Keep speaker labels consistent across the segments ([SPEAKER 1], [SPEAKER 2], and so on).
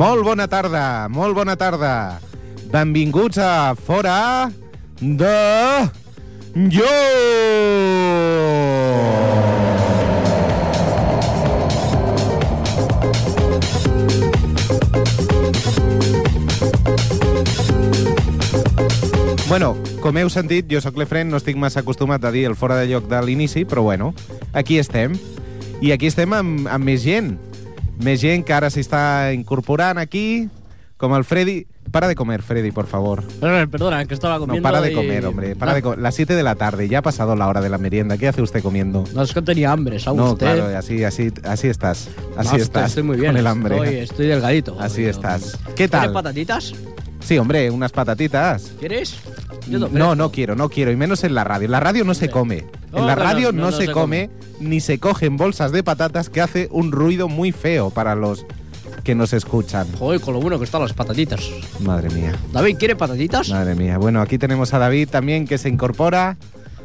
[SPEAKER 1] Molt bona tarda, molt bona tarda. Benvinguts a Fora de Lloc! Bueno, com heu sentit, jo sóc l'Efren, no estic massa acostumat a dir el fora de lloc de l'inici, però bueno, aquí estem. I aquí estem amb, amb més gent. Més gent que ara s'està incorporant aquí, com el Freddy. Para de comer, Freddy, por favor.
[SPEAKER 2] Perdona, eh, perdona, que estaba
[SPEAKER 1] No,
[SPEAKER 2] comiendo.
[SPEAKER 1] para de
[SPEAKER 2] y-
[SPEAKER 1] comer, hombre. Para
[SPEAKER 2] Ah,
[SPEAKER 1] de co- Las 7 de la tarde, ya ha pasado la hora de la merienda. ¿Qué hace usted comiendo?
[SPEAKER 2] No, es que tenía hambre, ¿sabe
[SPEAKER 1] No,
[SPEAKER 2] usted?
[SPEAKER 1] claro, así, así, así estás. Así
[SPEAKER 2] No,
[SPEAKER 1] estás.
[SPEAKER 2] Estoy muy bien.
[SPEAKER 1] Con el hambre.
[SPEAKER 2] Estoy, estoy delgadito.
[SPEAKER 1] Así
[SPEAKER 2] Yo-
[SPEAKER 1] estás. ¿Qué
[SPEAKER 2] ¿Quieres
[SPEAKER 1] tal?
[SPEAKER 2] patatitas?
[SPEAKER 1] Sí, hombre, unas patatitas.
[SPEAKER 2] ¿Quieres? Yo te
[SPEAKER 1] No, no
[SPEAKER 2] ofrezco.
[SPEAKER 1] quiero, no quiero, y menos en la radio. En la radio no se
[SPEAKER 2] Hombre.
[SPEAKER 1] come. En
[SPEAKER 2] No,
[SPEAKER 1] la
[SPEAKER 2] no,
[SPEAKER 1] radio
[SPEAKER 2] no,
[SPEAKER 1] no
[SPEAKER 2] no
[SPEAKER 1] se
[SPEAKER 2] se
[SPEAKER 1] come, ni se cogen bolsas de patatas, que hace un ruido muy feo para los que nos escuchan.
[SPEAKER 2] Joder, con lo bueno que están las patatitas.
[SPEAKER 1] Madre mía,
[SPEAKER 2] David, ¿quiere patatitas?
[SPEAKER 1] madre mía. Bueno, aquí tenemos a David también que se incorpora,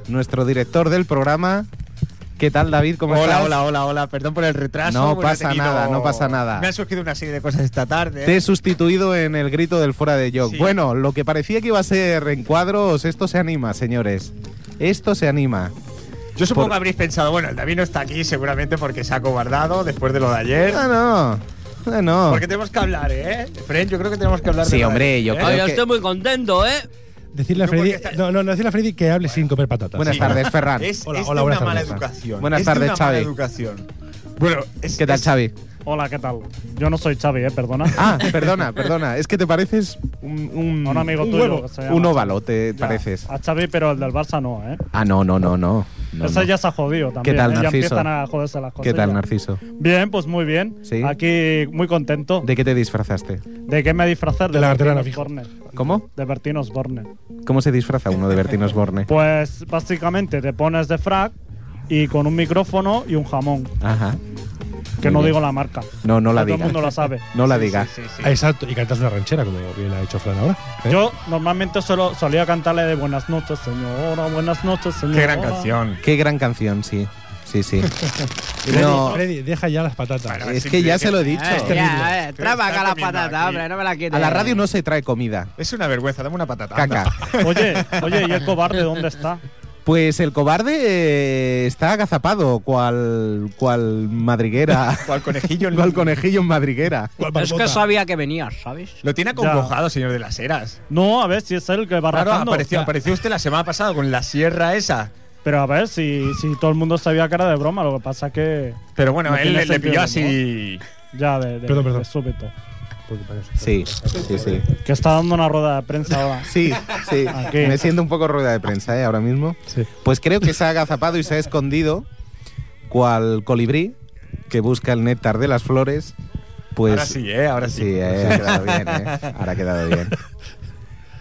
[SPEAKER 1] nuestro director del programa. ¿Qué tal, David? ¿Cómo
[SPEAKER 3] Hola,
[SPEAKER 1] estás?
[SPEAKER 3] hola, hola, hola. Perdón por el retraso.
[SPEAKER 1] No
[SPEAKER 3] bueno, he
[SPEAKER 1] pasa nada, no pasa nada.
[SPEAKER 3] Me han surgido una serie de cosas esta tarde.
[SPEAKER 1] Te he sustituido en el grito del fuera de joc.
[SPEAKER 3] Sí.
[SPEAKER 1] Bueno, lo que parecía que iba a ser en cuadros, esto se anima, señores. Esto se anima.
[SPEAKER 3] Yo supongo
[SPEAKER 1] por-
[SPEAKER 3] que habréis pensado, bueno, el David no está aquí seguramente porque se ha cobardado después de lo de ayer.
[SPEAKER 1] Ah, no. Ah, no.
[SPEAKER 3] Porque tenemos que hablar, ¿eh? Fren, yo creo que tenemos que hablar
[SPEAKER 1] Sí,
[SPEAKER 3] de lo de
[SPEAKER 1] hombre,
[SPEAKER 3] ayer,
[SPEAKER 1] yo
[SPEAKER 3] ¿eh?
[SPEAKER 1] creo-
[SPEAKER 2] Ay,
[SPEAKER 1] que-
[SPEAKER 2] estoy muy contento, ¿eh?
[SPEAKER 4] Decirle a
[SPEAKER 3] No, porque
[SPEAKER 4] Freddy,
[SPEAKER 3] está-
[SPEAKER 4] no, no, no, decirle a Freddy que hable sin comer patatas.
[SPEAKER 1] Buenas
[SPEAKER 3] Sí.
[SPEAKER 1] tardes, Ferran.
[SPEAKER 3] Es,
[SPEAKER 4] Hola,
[SPEAKER 3] es de una
[SPEAKER 4] hola, buenas
[SPEAKER 3] mala
[SPEAKER 4] tardes.
[SPEAKER 3] educación.
[SPEAKER 1] Buenas
[SPEAKER 3] es de
[SPEAKER 1] tardes,
[SPEAKER 3] una mala
[SPEAKER 1] Xavi.
[SPEAKER 3] educación. Bueno, es,
[SPEAKER 1] ¿Qué tal,
[SPEAKER 3] es-
[SPEAKER 1] Xavi?
[SPEAKER 5] Hola, ¿qué tal? Yo no soy Xavi, ¿eh? Perdona.
[SPEAKER 1] Ah, perdona, perdona. Es que te pareces un, un,
[SPEAKER 5] A un amigo
[SPEAKER 1] un
[SPEAKER 5] tuyo
[SPEAKER 1] huevo,
[SPEAKER 5] que se llama
[SPEAKER 1] un
[SPEAKER 5] Xavi.
[SPEAKER 1] óvalo, te
[SPEAKER 5] Ya,
[SPEAKER 1] pareces.
[SPEAKER 5] A Xavi, pero el del Barça no, ¿eh?
[SPEAKER 1] Ah, no, no, no, no. No,
[SPEAKER 5] Ese
[SPEAKER 1] no.
[SPEAKER 5] ya se ha jodido también.
[SPEAKER 1] ¿Qué tal,
[SPEAKER 5] ¿eh? Ya
[SPEAKER 1] Narciso?
[SPEAKER 5] empiezan a joderse las cosas.
[SPEAKER 1] ¿Qué tal,
[SPEAKER 5] ya.
[SPEAKER 1] Narciso?
[SPEAKER 5] Bien, pues muy bien.
[SPEAKER 1] Sí.
[SPEAKER 5] Aquí muy contento. ¿De,
[SPEAKER 1] ¿De qué te disfrazaste?
[SPEAKER 5] qué me disfrazar?
[SPEAKER 4] De la cartera
[SPEAKER 5] Bertín
[SPEAKER 4] de fijo.
[SPEAKER 5] Osborne.
[SPEAKER 1] ¿Cómo?
[SPEAKER 5] De Bertín Osborne.
[SPEAKER 1] ¿Cómo se disfraza uno de Bertín Osborne?
[SPEAKER 5] Pues básicamente te pones de frac y con un micrófono y un jamón.
[SPEAKER 1] Ajá.
[SPEAKER 5] Que
[SPEAKER 1] Muy
[SPEAKER 5] no
[SPEAKER 1] bien.
[SPEAKER 5] digo la marca.
[SPEAKER 1] No, no la
[SPEAKER 5] que todo
[SPEAKER 1] digas.
[SPEAKER 5] el mundo lo sabe.
[SPEAKER 1] No la
[SPEAKER 3] Sí,
[SPEAKER 1] digas.
[SPEAKER 3] sí, sí, sí.
[SPEAKER 4] Ah, Exacto, y cantas una ranchera, como bien ha hecho Fran ahora. ¿eh?
[SPEAKER 5] Yo normalmente solo solía cantarle de buenas noches, señora, buenas noches, señora.
[SPEAKER 3] Qué gran canción.
[SPEAKER 1] Qué gran canción, sí. Sí, sí.
[SPEAKER 4] Freddy,
[SPEAKER 1] No,
[SPEAKER 4] Freddy, deja ya las patatas. Este
[SPEAKER 3] Bueno,
[SPEAKER 1] es que ya se lo he dicho.
[SPEAKER 2] Eh, ya, eh, trae
[SPEAKER 3] Está
[SPEAKER 2] acá la
[SPEAKER 3] comiendo
[SPEAKER 2] patata,
[SPEAKER 3] aquí.
[SPEAKER 2] hombre, no me la quites.
[SPEAKER 1] A la radio no se trae comida.
[SPEAKER 3] Es una vergüenza, dame una patata. anda.
[SPEAKER 1] Caca.
[SPEAKER 5] Oye, oye, ¿y el cobarde dónde está?
[SPEAKER 1] Pues el cobarde eh, está agazapado, cual, cual madriguera.
[SPEAKER 3] Cual conejillo. en-
[SPEAKER 1] Cual conejillo en madriguera.
[SPEAKER 4] ¿Cuál
[SPEAKER 2] Es
[SPEAKER 4] marmota?
[SPEAKER 2] que sabía que venías, ¿sabes?
[SPEAKER 3] Lo tiene acongojado, señor de las Heras.
[SPEAKER 5] No, a ver si es él que va
[SPEAKER 3] Claro,
[SPEAKER 5] arrastrando.
[SPEAKER 3] apareció, apareció usted la semana pasada con la sierra esa.
[SPEAKER 5] Pero a ver si, si todo el mundo sabía que era de broma, lo que pasa que
[SPEAKER 3] Pero bueno,
[SPEAKER 5] No
[SPEAKER 3] él
[SPEAKER 5] tiene
[SPEAKER 3] le, le
[SPEAKER 5] sentido
[SPEAKER 3] pilló
[SPEAKER 5] del
[SPEAKER 3] así.
[SPEAKER 5] ya de, de-
[SPEAKER 4] Perdón, perdón.
[SPEAKER 5] de súbito.
[SPEAKER 4] Porque parece-
[SPEAKER 1] Sí, sí, sí.
[SPEAKER 5] Que está dando una rueda de prensa ahora.
[SPEAKER 1] Sí, sí.
[SPEAKER 5] Aquí.
[SPEAKER 1] Me siento un poco rueda de prensa, ¿eh? Ahora mismo.
[SPEAKER 4] Ah, Sí.
[SPEAKER 1] Pues creo que se ha agazapado y se ha escondido, cual colibrí que busca el néctar de las flores. Pues
[SPEAKER 3] ahora sí, ¿eh? Ahora sí.
[SPEAKER 1] sí, eh, ha quedado bien, ¿eh? Ahora ha quedado bien.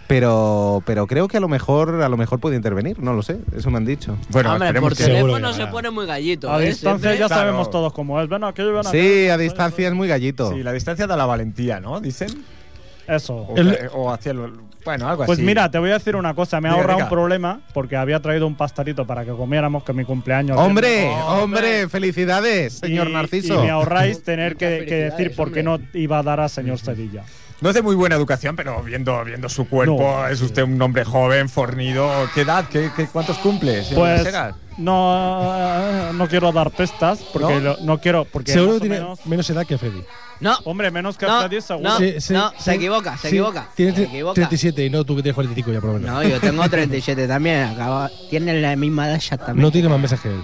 [SPEAKER 1] Pero, pero creo que a lo mejor a lo mejor puede intervenir, no lo sé, eso me han dicho.
[SPEAKER 3] Bueno,
[SPEAKER 2] Hombre,
[SPEAKER 3] esperemos
[SPEAKER 2] por
[SPEAKER 3] que.
[SPEAKER 4] Seguro
[SPEAKER 2] teléfono
[SPEAKER 4] que
[SPEAKER 2] se
[SPEAKER 4] ganará.
[SPEAKER 2] pone muy gallito.
[SPEAKER 5] A
[SPEAKER 2] ¿eh?
[SPEAKER 5] distancia
[SPEAKER 2] Siempre.
[SPEAKER 5] ya
[SPEAKER 3] Claro.
[SPEAKER 5] sabemos todos cómo es. Ven aquí, ven aquí.
[SPEAKER 1] Sí, a distancia es muy gallito.
[SPEAKER 3] Sí, la distancia da la valentía, ¿no? Dicen.
[SPEAKER 5] Eso.
[SPEAKER 3] O,
[SPEAKER 4] El-
[SPEAKER 3] eh, o hacia lo, Bueno, algo
[SPEAKER 5] Pues
[SPEAKER 3] así.
[SPEAKER 5] mira, te voy a decir una cosa. Me ha
[SPEAKER 3] Diga,
[SPEAKER 5] ahorrado
[SPEAKER 3] diga.
[SPEAKER 5] un problema porque había traído un pastelito para que comiéramos que mi cumpleaños.
[SPEAKER 1] Hombre,
[SPEAKER 3] Hombre. Oh,
[SPEAKER 1] hombre, felicidades,
[SPEAKER 5] Y-
[SPEAKER 1] señor Narciso.
[SPEAKER 5] Y me ahorráis tener que, que decir
[SPEAKER 2] Felicidades,
[SPEAKER 5] por qué no
[SPEAKER 2] hombre.
[SPEAKER 5] iba a dar a señor Sevilla.
[SPEAKER 3] No es de muy buena educación, pero viendo, viendo su cuerpo,
[SPEAKER 5] No.
[SPEAKER 3] es usted un hombre joven, fornido. ¿Qué edad? ¿Qué, qué, cuántos cumples?
[SPEAKER 5] Pues no, eh, no quiero dar pestas porque
[SPEAKER 3] ¿No?
[SPEAKER 5] lo- no quiero porque
[SPEAKER 4] Seguro
[SPEAKER 5] más
[SPEAKER 4] que
[SPEAKER 5] o
[SPEAKER 4] tiene
[SPEAKER 5] menos-
[SPEAKER 4] menos edad que Freddy.
[SPEAKER 2] No,
[SPEAKER 5] hombre menos que
[SPEAKER 2] No,
[SPEAKER 5] hasta 10 segundos.
[SPEAKER 2] Sí, no, se equivoca, se equivoca,
[SPEAKER 4] Tiene
[SPEAKER 2] se
[SPEAKER 4] tre-
[SPEAKER 2] equivoca.
[SPEAKER 4] 37 y no tú que tienes 45 ya por lo menos.
[SPEAKER 2] no, yo tengo 37 también. Acabo... Tienen la misma edad
[SPEAKER 4] No,
[SPEAKER 2] exactamente.
[SPEAKER 4] tiene más meses que él.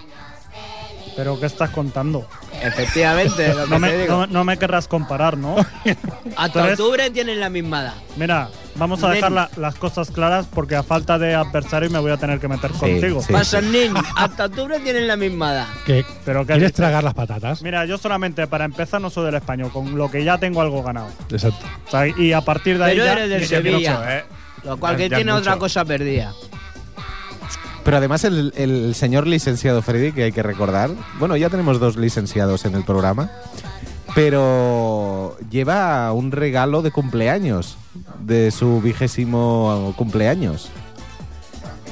[SPEAKER 5] Pero qué estás contando?
[SPEAKER 2] Efectivamente, lo que
[SPEAKER 5] No
[SPEAKER 2] te
[SPEAKER 5] me,
[SPEAKER 2] digo.
[SPEAKER 5] no- no me querrás comparar, ¿no?
[SPEAKER 2] Hasta
[SPEAKER 5] Tres.
[SPEAKER 2] octubre tienen la misma edad.
[SPEAKER 5] Mira, vamos a dejar
[SPEAKER 2] Nen.
[SPEAKER 5] la- las cosas claras porque a falta de adversario me voy a tener que meter contigo.
[SPEAKER 1] sí.
[SPEAKER 2] Pasa niños, hasta octubre tienen la misma edad.
[SPEAKER 4] Que
[SPEAKER 5] Pero que
[SPEAKER 4] ¿Quieres
[SPEAKER 5] dices-
[SPEAKER 4] tragar las patatas?
[SPEAKER 5] Mira, yo solamente para empezar no soy del español, con lo que ya tengo algo ganado.
[SPEAKER 4] Exacto.
[SPEAKER 5] O sea, y a partir de ahí
[SPEAKER 2] Pero
[SPEAKER 5] ya-
[SPEAKER 2] eres del
[SPEAKER 5] y-
[SPEAKER 2] Sevilla.
[SPEAKER 3] eh.
[SPEAKER 2] Lo cual que
[SPEAKER 3] Ya- ya
[SPEAKER 2] tiene
[SPEAKER 3] mucho.
[SPEAKER 2] otra cosa perdida.
[SPEAKER 1] Pero además el, el señor licenciado Freddy, que hay que recordar, bueno, ya tenemos dos licenciados en el programa, pero lleva un regalo de cumpleaños, de su vigésimo cumpleaños.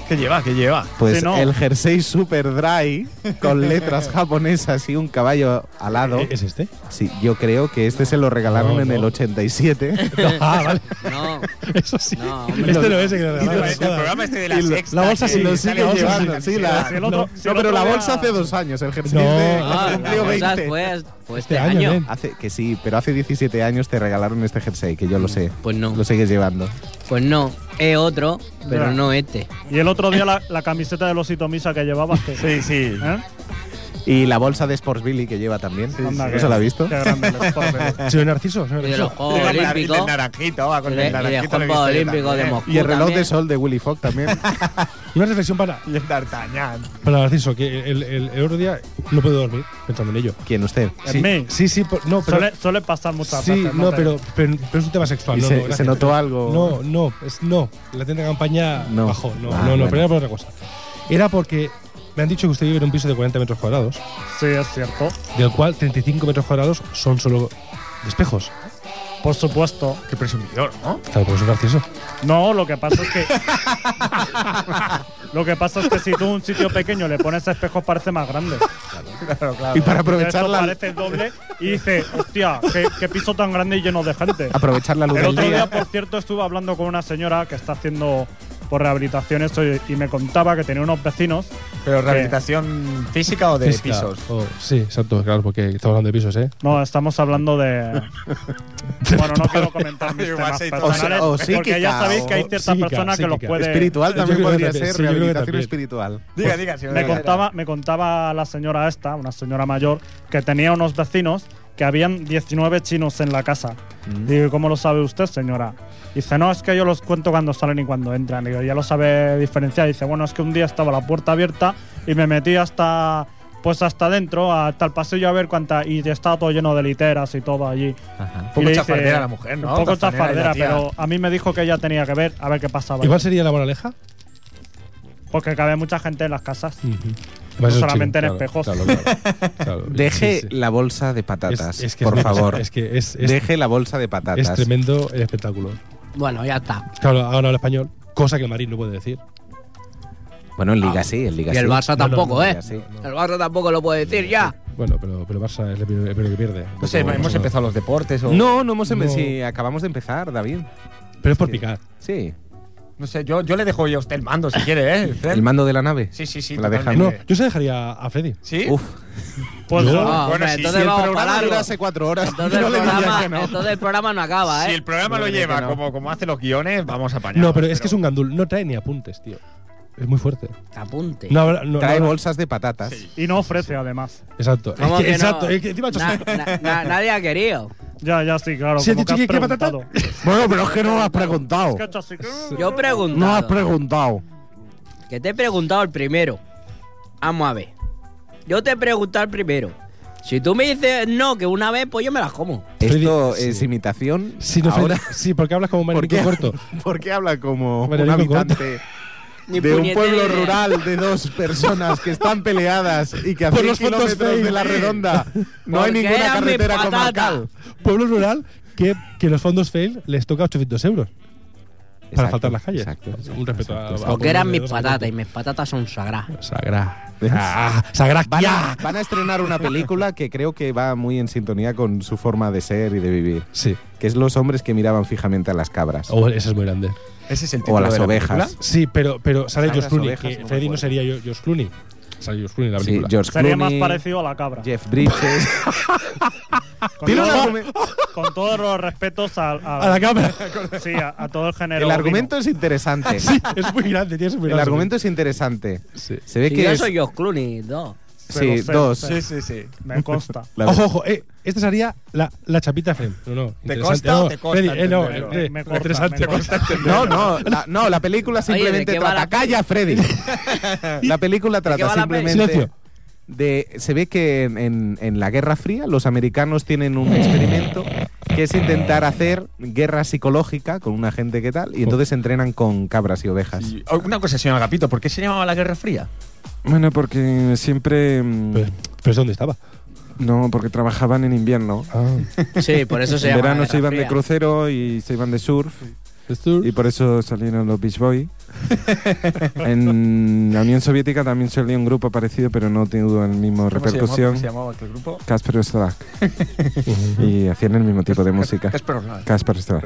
[SPEAKER 3] ¿Qué lleva? ¿Qué lleva?
[SPEAKER 1] Pues
[SPEAKER 5] Sí, no.
[SPEAKER 1] el jersey super dry con letras japonesas y un caballo alado.
[SPEAKER 4] ¿Es este?
[SPEAKER 1] Sí, yo creo que este se lo regalaron
[SPEAKER 4] No,
[SPEAKER 1] en
[SPEAKER 4] no.
[SPEAKER 1] el 87.
[SPEAKER 4] Ah, vale.
[SPEAKER 2] No,
[SPEAKER 4] Eso sí.
[SPEAKER 2] No, hombre.
[SPEAKER 4] este no es. el que
[SPEAKER 3] El
[SPEAKER 4] regalaron, joder.
[SPEAKER 3] programa este de la
[SPEAKER 1] Y lo-
[SPEAKER 3] sexta.
[SPEAKER 4] la bolsa
[SPEAKER 3] que
[SPEAKER 4] sí,
[SPEAKER 3] sale
[SPEAKER 1] lo sigue
[SPEAKER 3] la bolsa sin
[SPEAKER 1] llevando, sí, la-
[SPEAKER 3] camiseta.
[SPEAKER 5] Si el otro-
[SPEAKER 1] No,
[SPEAKER 5] si el
[SPEAKER 1] pero
[SPEAKER 5] otro
[SPEAKER 1] la
[SPEAKER 5] era-
[SPEAKER 1] bolsa hace dos años, el jersey
[SPEAKER 4] No.
[SPEAKER 1] de-
[SPEAKER 4] Ah,
[SPEAKER 1] cumplió
[SPEAKER 2] la cosa
[SPEAKER 1] 20.
[SPEAKER 2] fue, fue
[SPEAKER 4] Este
[SPEAKER 2] este,
[SPEAKER 4] año,
[SPEAKER 2] año.
[SPEAKER 4] nen.
[SPEAKER 1] Hace, que sí, pero hace 17 años te regalaron este jersey, que yo lo sé.
[SPEAKER 2] Pues no,
[SPEAKER 1] Lo sigues llevando.
[SPEAKER 2] pues no. Es otro, pero
[SPEAKER 5] Ya.
[SPEAKER 2] no este.
[SPEAKER 5] Y el otro día la, la camiseta de los Misa que llevabas. que-
[SPEAKER 3] Sí, sí.
[SPEAKER 5] ¿Eh?
[SPEAKER 1] Y la bolsa de Sports Billy que lleva también.
[SPEAKER 5] Anda,
[SPEAKER 1] ¿No
[SPEAKER 5] que-
[SPEAKER 1] se la ha visto?
[SPEAKER 5] Qué grande el Sporting.
[SPEAKER 4] Señor Narciso, señor
[SPEAKER 2] Y de los
[SPEAKER 4] Narciso.
[SPEAKER 2] Juegos
[SPEAKER 3] Con la-
[SPEAKER 2] Olímpicos.
[SPEAKER 3] el naranjito, va,
[SPEAKER 2] Y
[SPEAKER 3] con
[SPEAKER 2] de-
[SPEAKER 3] el
[SPEAKER 2] y de
[SPEAKER 3] naranjito.
[SPEAKER 2] Juegos
[SPEAKER 3] lo he visto
[SPEAKER 2] Olímpicos de
[SPEAKER 3] también.
[SPEAKER 2] Moscú.
[SPEAKER 1] Y el reloj de
[SPEAKER 2] también.
[SPEAKER 1] sol de Willy Fox también.
[SPEAKER 4] Una reflexión para,
[SPEAKER 3] Y el d'Artagnan.
[SPEAKER 4] para Narciso, que el, el, el otro día no puedo dormir pensando en ello.
[SPEAKER 1] ¿Quién usted?
[SPEAKER 5] ¿En
[SPEAKER 4] Sí,
[SPEAKER 5] mí?
[SPEAKER 4] sí, sí, por- no, pero.
[SPEAKER 5] Suele, suele pasar muchas
[SPEAKER 4] sí,
[SPEAKER 5] veces.
[SPEAKER 4] no,
[SPEAKER 5] Te-
[SPEAKER 4] pero, pero, pero es un tema sexual.
[SPEAKER 1] ¿Y
[SPEAKER 4] no,
[SPEAKER 1] se,
[SPEAKER 4] no,
[SPEAKER 1] se
[SPEAKER 4] gracias.
[SPEAKER 1] notó algo?
[SPEAKER 4] No, no, es no. La tienda de campaña
[SPEAKER 1] No.
[SPEAKER 4] bajó. No, no,
[SPEAKER 1] Ah,
[SPEAKER 4] no,
[SPEAKER 1] bueno.
[SPEAKER 4] pero era por otra cosa. Era porque me han dicho que usted vive en un piso de 40 metros cuadrados,
[SPEAKER 5] Sí, es cierto.
[SPEAKER 4] del cual 35 metros cuadrados son solo despejos.
[SPEAKER 5] Por supuesto.
[SPEAKER 3] Qué presumidor, ¿no?
[SPEAKER 4] Claro, por eso es gracioso.
[SPEAKER 5] No, lo que pasa es que. lo que pasa es que si tú a un sitio pequeño le pones espejos, parece más grande.
[SPEAKER 3] Claro, claro.
[SPEAKER 1] Y para aprovechar
[SPEAKER 5] Esto
[SPEAKER 1] la,
[SPEAKER 5] parece el doble y dice, hostia, qué, qué piso tan grande y lleno de gente.
[SPEAKER 1] aprovechar la luz
[SPEAKER 5] El
[SPEAKER 1] del
[SPEAKER 5] otro día,
[SPEAKER 1] día.
[SPEAKER 5] por cierto, estuve hablando con una señora que está haciendo por rehabilitación esto y, y me contaba que tenía unos vecinos.
[SPEAKER 3] Pero rehabilitación física o de
[SPEAKER 4] Física,
[SPEAKER 3] pisos.
[SPEAKER 4] o- Oh, sí, exacto, claro, porque estamos hablando de pisos, ¿eh?
[SPEAKER 5] No, estamos hablando de. Bueno, no quiero comentar mis
[SPEAKER 3] Igual
[SPEAKER 5] temas
[SPEAKER 3] se hizo-
[SPEAKER 5] personales
[SPEAKER 1] o
[SPEAKER 5] porque
[SPEAKER 1] psíquica,
[SPEAKER 5] ya sabéis que hay
[SPEAKER 1] o
[SPEAKER 5] ciertas
[SPEAKER 4] psíquica,
[SPEAKER 5] personas que los
[SPEAKER 4] psíquica.
[SPEAKER 5] puede.
[SPEAKER 1] Espiritual
[SPEAKER 4] Yo
[SPEAKER 1] también
[SPEAKER 4] creo que
[SPEAKER 1] podría
[SPEAKER 4] también,
[SPEAKER 1] ser,
[SPEAKER 4] sí, yo creo que
[SPEAKER 1] rehabilitación
[SPEAKER 4] también.
[SPEAKER 1] espiritual.
[SPEAKER 3] Diga, diga, señor.
[SPEAKER 5] Pues Me
[SPEAKER 3] Diga.
[SPEAKER 5] contaba, me contaba la señora esta, una señora mayor, que tenía unos vecinos que habían 19 chinos en la casa. Digo, ¿cómo lo sabe usted, señora? Dice, no, es que yo los cuento cuando salen y cuando entran. Digo, ya lo sabe diferenciar. Dice, bueno, es que un día estaba la puerta abierta y me metí hasta pues hasta dentro, hasta el pasillo a ver cuánta y estaba todo lleno de literas y todo allí.
[SPEAKER 3] Un Ah, poco
[SPEAKER 5] Y le dice,
[SPEAKER 3] chafardera la mujer, ¿no?
[SPEAKER 5] Un poco
[SPEAKER 3] Tafanera y la
[SPEAKER 5] chafardera,
[SPEAKER 3] tía.
[SPEAKER 5] pero a mí me dijo que ella tenía que ver a ver qué pasaba.
[SPEAKER 4] ¿Igual sería la moraleja?
[SPEAKER 5] Porque cabe mucha gente en las casas.
[SPEAKER 4] Igual Pues es un
[SPEAKER 5] solamente
[SPEAKER 4] chico,
[SPEAKER 5] en
[SPEAKER 4] claro,
[SPEAKER 5] espejos.
[SPEAKER 4] claro, claro, claro.
[SPEAKER 1] Deje
[SPEAKER 4] Sí, sí.
[SPEAKER 1] la bolsa de
[SPEAKER 4] Es-
[SPEAKER 1] patatas,
[SPEAKER 4] es que es
[SPEAKER 1] por
[SPEAKER 4] muy-
[SPEAKER 1] favor.
[SPEAKER 4] Es que es, es,
[SPEAKER 1] Deje la bolsa de
[SPEAKER 4] es
[SPEAKER 1] patatas.
[SPEAKER 4] tremendo el espectáculo.
[SPEAKER 2] Bueno, ya está.
[SPEAKER 4] Claro, ahora habla español, cosa que el Marín no puede decir.
[SPEAKER 1] Bueno, en
[SPEAKER 4] Ah,
[SPEAKER 1] Liga sí, en Liga
[SPEAKER 2] Y el
[SPEAKER 1] sí.
[SPEAKER 2] Barça
[SPEAKER 4] No, no,
[SPEAKER 2] tampoco,
[SPEAKER 4] no,
[SPEAKER 2] ¿eh?
[SPEAKER 1] ya, sí.
[SPEAKER 2] El Barça tampoco lo puede decir ya.
[SPEAKER 4] Bueno, pero, pero Barça es el primero, el primero que pierde.
[SPEAKER 3] No sé,
[SPEAKER 4] Tampoco
[SPEAKER 3] hemos
[SPEAKER 4] pasa nada.
[SPEAKER 3] empezado los deportes o.
[SPEAKER 1] No, no hemos empezado.
[SPEAKER 4] No.
[SPEAKER 1] Sí, acabamos de empezar, David.
[SPEAKER 4] Pero es por picar.
[SPEAKER 1] Sí,
[SPEAKER 3] No sé, yo, yo le dejo yo a usted el mando si quiere, ¿eh? Fred?
[SPEAKER 1] el mando de la nave.
[SPEAKER 3] Sí, sí, sí.
[SPEAKER 1] Me la dejan.
[SPEAKER 4] No,
[SPEAKER 3] totalmente.
[SPEAKER 4] yo se dejaría a Freddy.
[SPEAKER 3] ¿Sí?
[SPEAKER 1] Uf,
[SPEAKER 5] Pues
[SPEAKER 4] No.
[SPEAKER 5] yo-
[SPEAKER 2] Ah,
[SPEAKER 3] bueno,
[SPEAKER 2] hombre,
[SPEAKER 3] si-
[SPEAKER 2] entonces
[SPEAKER 1] si el
[SPEAKER 2] vamos para
[SPEAKER 1] programa
[SPEAKER 2] largo.
[SPEAKER 1] dura hace cuatro horas,
[SPEAKER 2] Entonces,
[SPEAKER 1] yo
[SPEAKER 2] el
[SPEAKER 1] le diría
[SPEAKER 2] programa,
[SPEAKER 1] que no.
[SPEAKER 2] entonces el programa no acaba, ¿eh?
[SPEAKER 3] Si el programa
[SPEAKER 1] Yo
[SPEAKER 3] lo
[SPEAKER 1] creo que
[SPEAKER 3] lleva
[SPEAKER 1] no.
[SPEAKER 3] como, como hace los guiones, vamos apañados.
[SPEAKER 4] No, pero es que es un gandul. No trae ni apuntes, tío. Es muy fuerte.
[SPEAKER 2] Apunte.
[SPEAKER 4] No, habrá- no,
[SPEAKER 1] Trae
[SPEAKER 4] no habrá-
[SPEAKER 1] bolsas de patatas.
[SPEAKER 5] Y no ofrece, además.
[SPEAKER 4] Exacto.
[SPEAKER 2] ¿Cómo
[SPEAKER 4] Es que-
[SPEAKER 2] que no?
[SPEAKER 4] exacto. es que encima ha hecho-
[SPEAKER 2] Na- na- na- nadie ha querido.
[SPEAKER 5] Ya, ya, sí, claro.
[SPEAKER 4] Si has
[SPEAKER 5] como
[SPEAKER 4] dicho
[SPEAKER 5] que has
[SPEAKER 4] que- que patata-
[SPEAKER 5] preguntado.
[SPEAKER 1] Bueno, pero es que no lo has preguntado.
[SPEAKER 5] Es que ha hecho así que-
[SPEAKER 2] Yo he preguntado.
[SPEAKER 1] preguntado.
[SPEAKER 2] que te he preguntado el primero. Vamos a ver. Yo te he preguntado el primero. Si tú me dices no, que una vez, pues yo me las como.
[SPEAKER 1] Esto
[SPEAKER 4] Freddy,
[SPEAKER 1] es
[SPEAKER 4] sí.
[SPEAKER 1] imitación.
[SPEAKER 4] Sí, no,
[SPEAKER 1] Ahora,
[SPEAKER 4] Freddy, sí, porque hablas como un
[SPEAKER 1] ¿por qué,
[SPEAKER 4] maricón corto.
[SPEAKER 1] ¿por qué habla como un
[SPEAKER 4] Maricón
[SPEAKER 1] habitante
[SPEAKER 2] Ni
[SPEAKER 1] de un
[SPEAKER 2] puñetera
[SPEAKER 1] pueblo
[SPEAKER 2] idea.
[SPEAKER 1] rural de dos personas que están peleadas y que a
[SPEAKER 4] Por
[SPEAKER 1] 100
[SPEAKER 4] los fotos
[SPEAKER 1] kilómetros
[SPEAKER 4] fake.
[SPEAKER 1] de la redonda no hay
[SPEAKER 2] Porque
[SPEAKER 1] ninguna
[SPEAKER 2] era mi
[SPEAKER 1] carretera
[SPEAKER 2] patata.
[SPEAKER 1] comarcal?
[SPEAKER 4] Pueblo rural que, que los fondos fail les toca 800 euros para
[SPEAKER 1] Exacto,
[SPEAKER 4] faltar las calles.
[SPEAKER 1] exacto, exacto,
[SPEAKER 4] un respeto
[SPEAKER 1] exacto,
[SPEAKER 4] a. a-
[SPEAKER 2] Porque eran mis patatas y mis patatas son sagradas.
[SPEAKER 4] Sagrá. Ah, sagrá.
[SPEAKER 1] Van a,
[SPEAKER 4] ya.
[SPEAKER 1] van a estrenar una película que creo que va muy en sintonía con su forma de ser y de vivir,
[SPEAKER 4] Sí.
[SPEAKER 1] que es los hombres que miraban fijamente a las cabras
[SPEAKER 4] Oh, esa es muy grande.
[SPEAKER 3] Ese es el título.
[SPEAKER 1] o a las
[SPEAKER 3] de la
[SPEAKER 1] ovejas.
[SPEAKER 4] Sí, pero, pero sale
[SPEAKER 1] Salen
[SPEAKER 4] George
[SPEAKER 1] las
[SPEAKER 4] Clooney.
[SPEAKER 1] ovejas,
[SPEAKER 4] que
[SPEAKER 1] no me
[SPEAKER 4] Freddy no
[SPEAKER 1] acuerdo.
[SPEAKER 4] sería George George Clooney. Sale George Clooney en la
[SPEAKER 1] Sí,
[SPEAKER 4] película.
[SPEAKER 1] George
[SPEAKER 5] Sería más
[SPEAKER 1] Clooney,
[SPEAKER 5] parecido a la cabra.
[SPEAKER 1] Jeff Bridges.
[SPEAKER 5] Con,
[SPEAKER 1] Tiene un
[SPEAKER 5] todo-
[SPEAKER 1] argumento-
[SPEAKER 5] con todos los respetos al- al-
[SPEAKER 4] A la cámara.
[SPEAKER 5] sí, a, a todo el género.
[SPEAKER 1] El
[SPEAKER 5] bovino.
[SPEAKER 1] argumento es interesante.
[SPEAKER 4] sí, es muy grande, tío. Es muy
[SPEAKER 1] El
[SPEAKER 4] grande.
[SPEAKER 1] argumento es interesante.
[SPEAKER 4] Sí.
[SPEAKER 1] Se ve
[SPEAKER 2] Si
[SPEAKER 1] que
[SPEAKER 2] yo
[SPEAKER 1] es-
[SPEAKER 2] soy Josh Clooney, dos.
[SPEAKER 5] Pero
[SPEAKER 1] Sí,
[SPEAKER 5] sé,
[SPEAKER 1] dos.
[SPEAKER 5] sé.
[SPEAKER 3] película. Sí, sí, sí.
[SPEAKER 5] Me consta.
[SPEAKER 1] La
[SPEAKER 4] ojo,
[SPEAKER 1] verdad.
[SPEAKER 4] ojo, eh, esta sería la, la chapita Fem. No, no. interesante.
[SPEAKER 3] consta
[SPEAKER 4] no,
[SPEAKER 3] o te consta
[SPEAKER 4] Freddy, eh, no,
[SPEAKER 3] entenderlo?
[SPEAKER 4] eh, eh,
[SPEAKER 5] Me corta,
[SPEAKER 4] interesante.
[SPEAKER 5] me corta.
[SPEAKER 1] No, no, la, no, la película
[SPEAKER 2] Oye, ¿de
[SPEAKER 1] simplemente
[SPEAKER 2] qué va
[SPEAKER 1] trata.
[SPEAKER 2] la peli?
[SPEAKER 1] ¡Calla, Freddy! la película
[SPEAKER 2] qué
[SPEAKER 1] trata
[SPEAKER 2] va la peli?
[SPEAKER 1] simplemente.
[SPEAKER 4] Silencio.
[SPEAKER 1] De, se ve que en, en- en la Guerra Fría los americanos tienen un experimento que es intentar hacer guerra psicológica con una gente que tal, y entonces entrenan con cabras y ovejas.
[SPEAKER 3] Y- oh, Una cosa, señor Agapito, ¿por qué se llamaba la Guerra Fría?
[SPEAKER 6] Bueno, porque siempre... mm,
[SPEAKER 4] Pero, pero es donde estaba. Ah.
[SPEAKER 6] No, porque trabajaban en invierno.
[SPEAKER 2] Sí, por eso se
[SPEAKER 6] en
[SPEAKER 2] llama
[SPEAKER 6] verano
[SPEAKER 2] Guerra
[SPEAKER 6] se iban
[SPEAKER 2] Fría.
[SPEAKER 6] de crucero y se iban de surf
[SPEAKER 4] Esto-
[SPEAKER 6] y por eso salieron los Beach Boys. En la Unión Soviética también solía un grupo parecido, pero no tuvo el
[SPEAKER 3] ¿Cómo se llamaba-
[SPEAKER 6] mismo repercusión.
[SPEAKER 3] ¿Cómo se llamaba aquel grupo?
[SPEAKER 6] Casper Slak. y hacían el mismo tipo de música.
[SPEAKER 3] Casper Slak.
[SPEAKER 6] Casper Slak.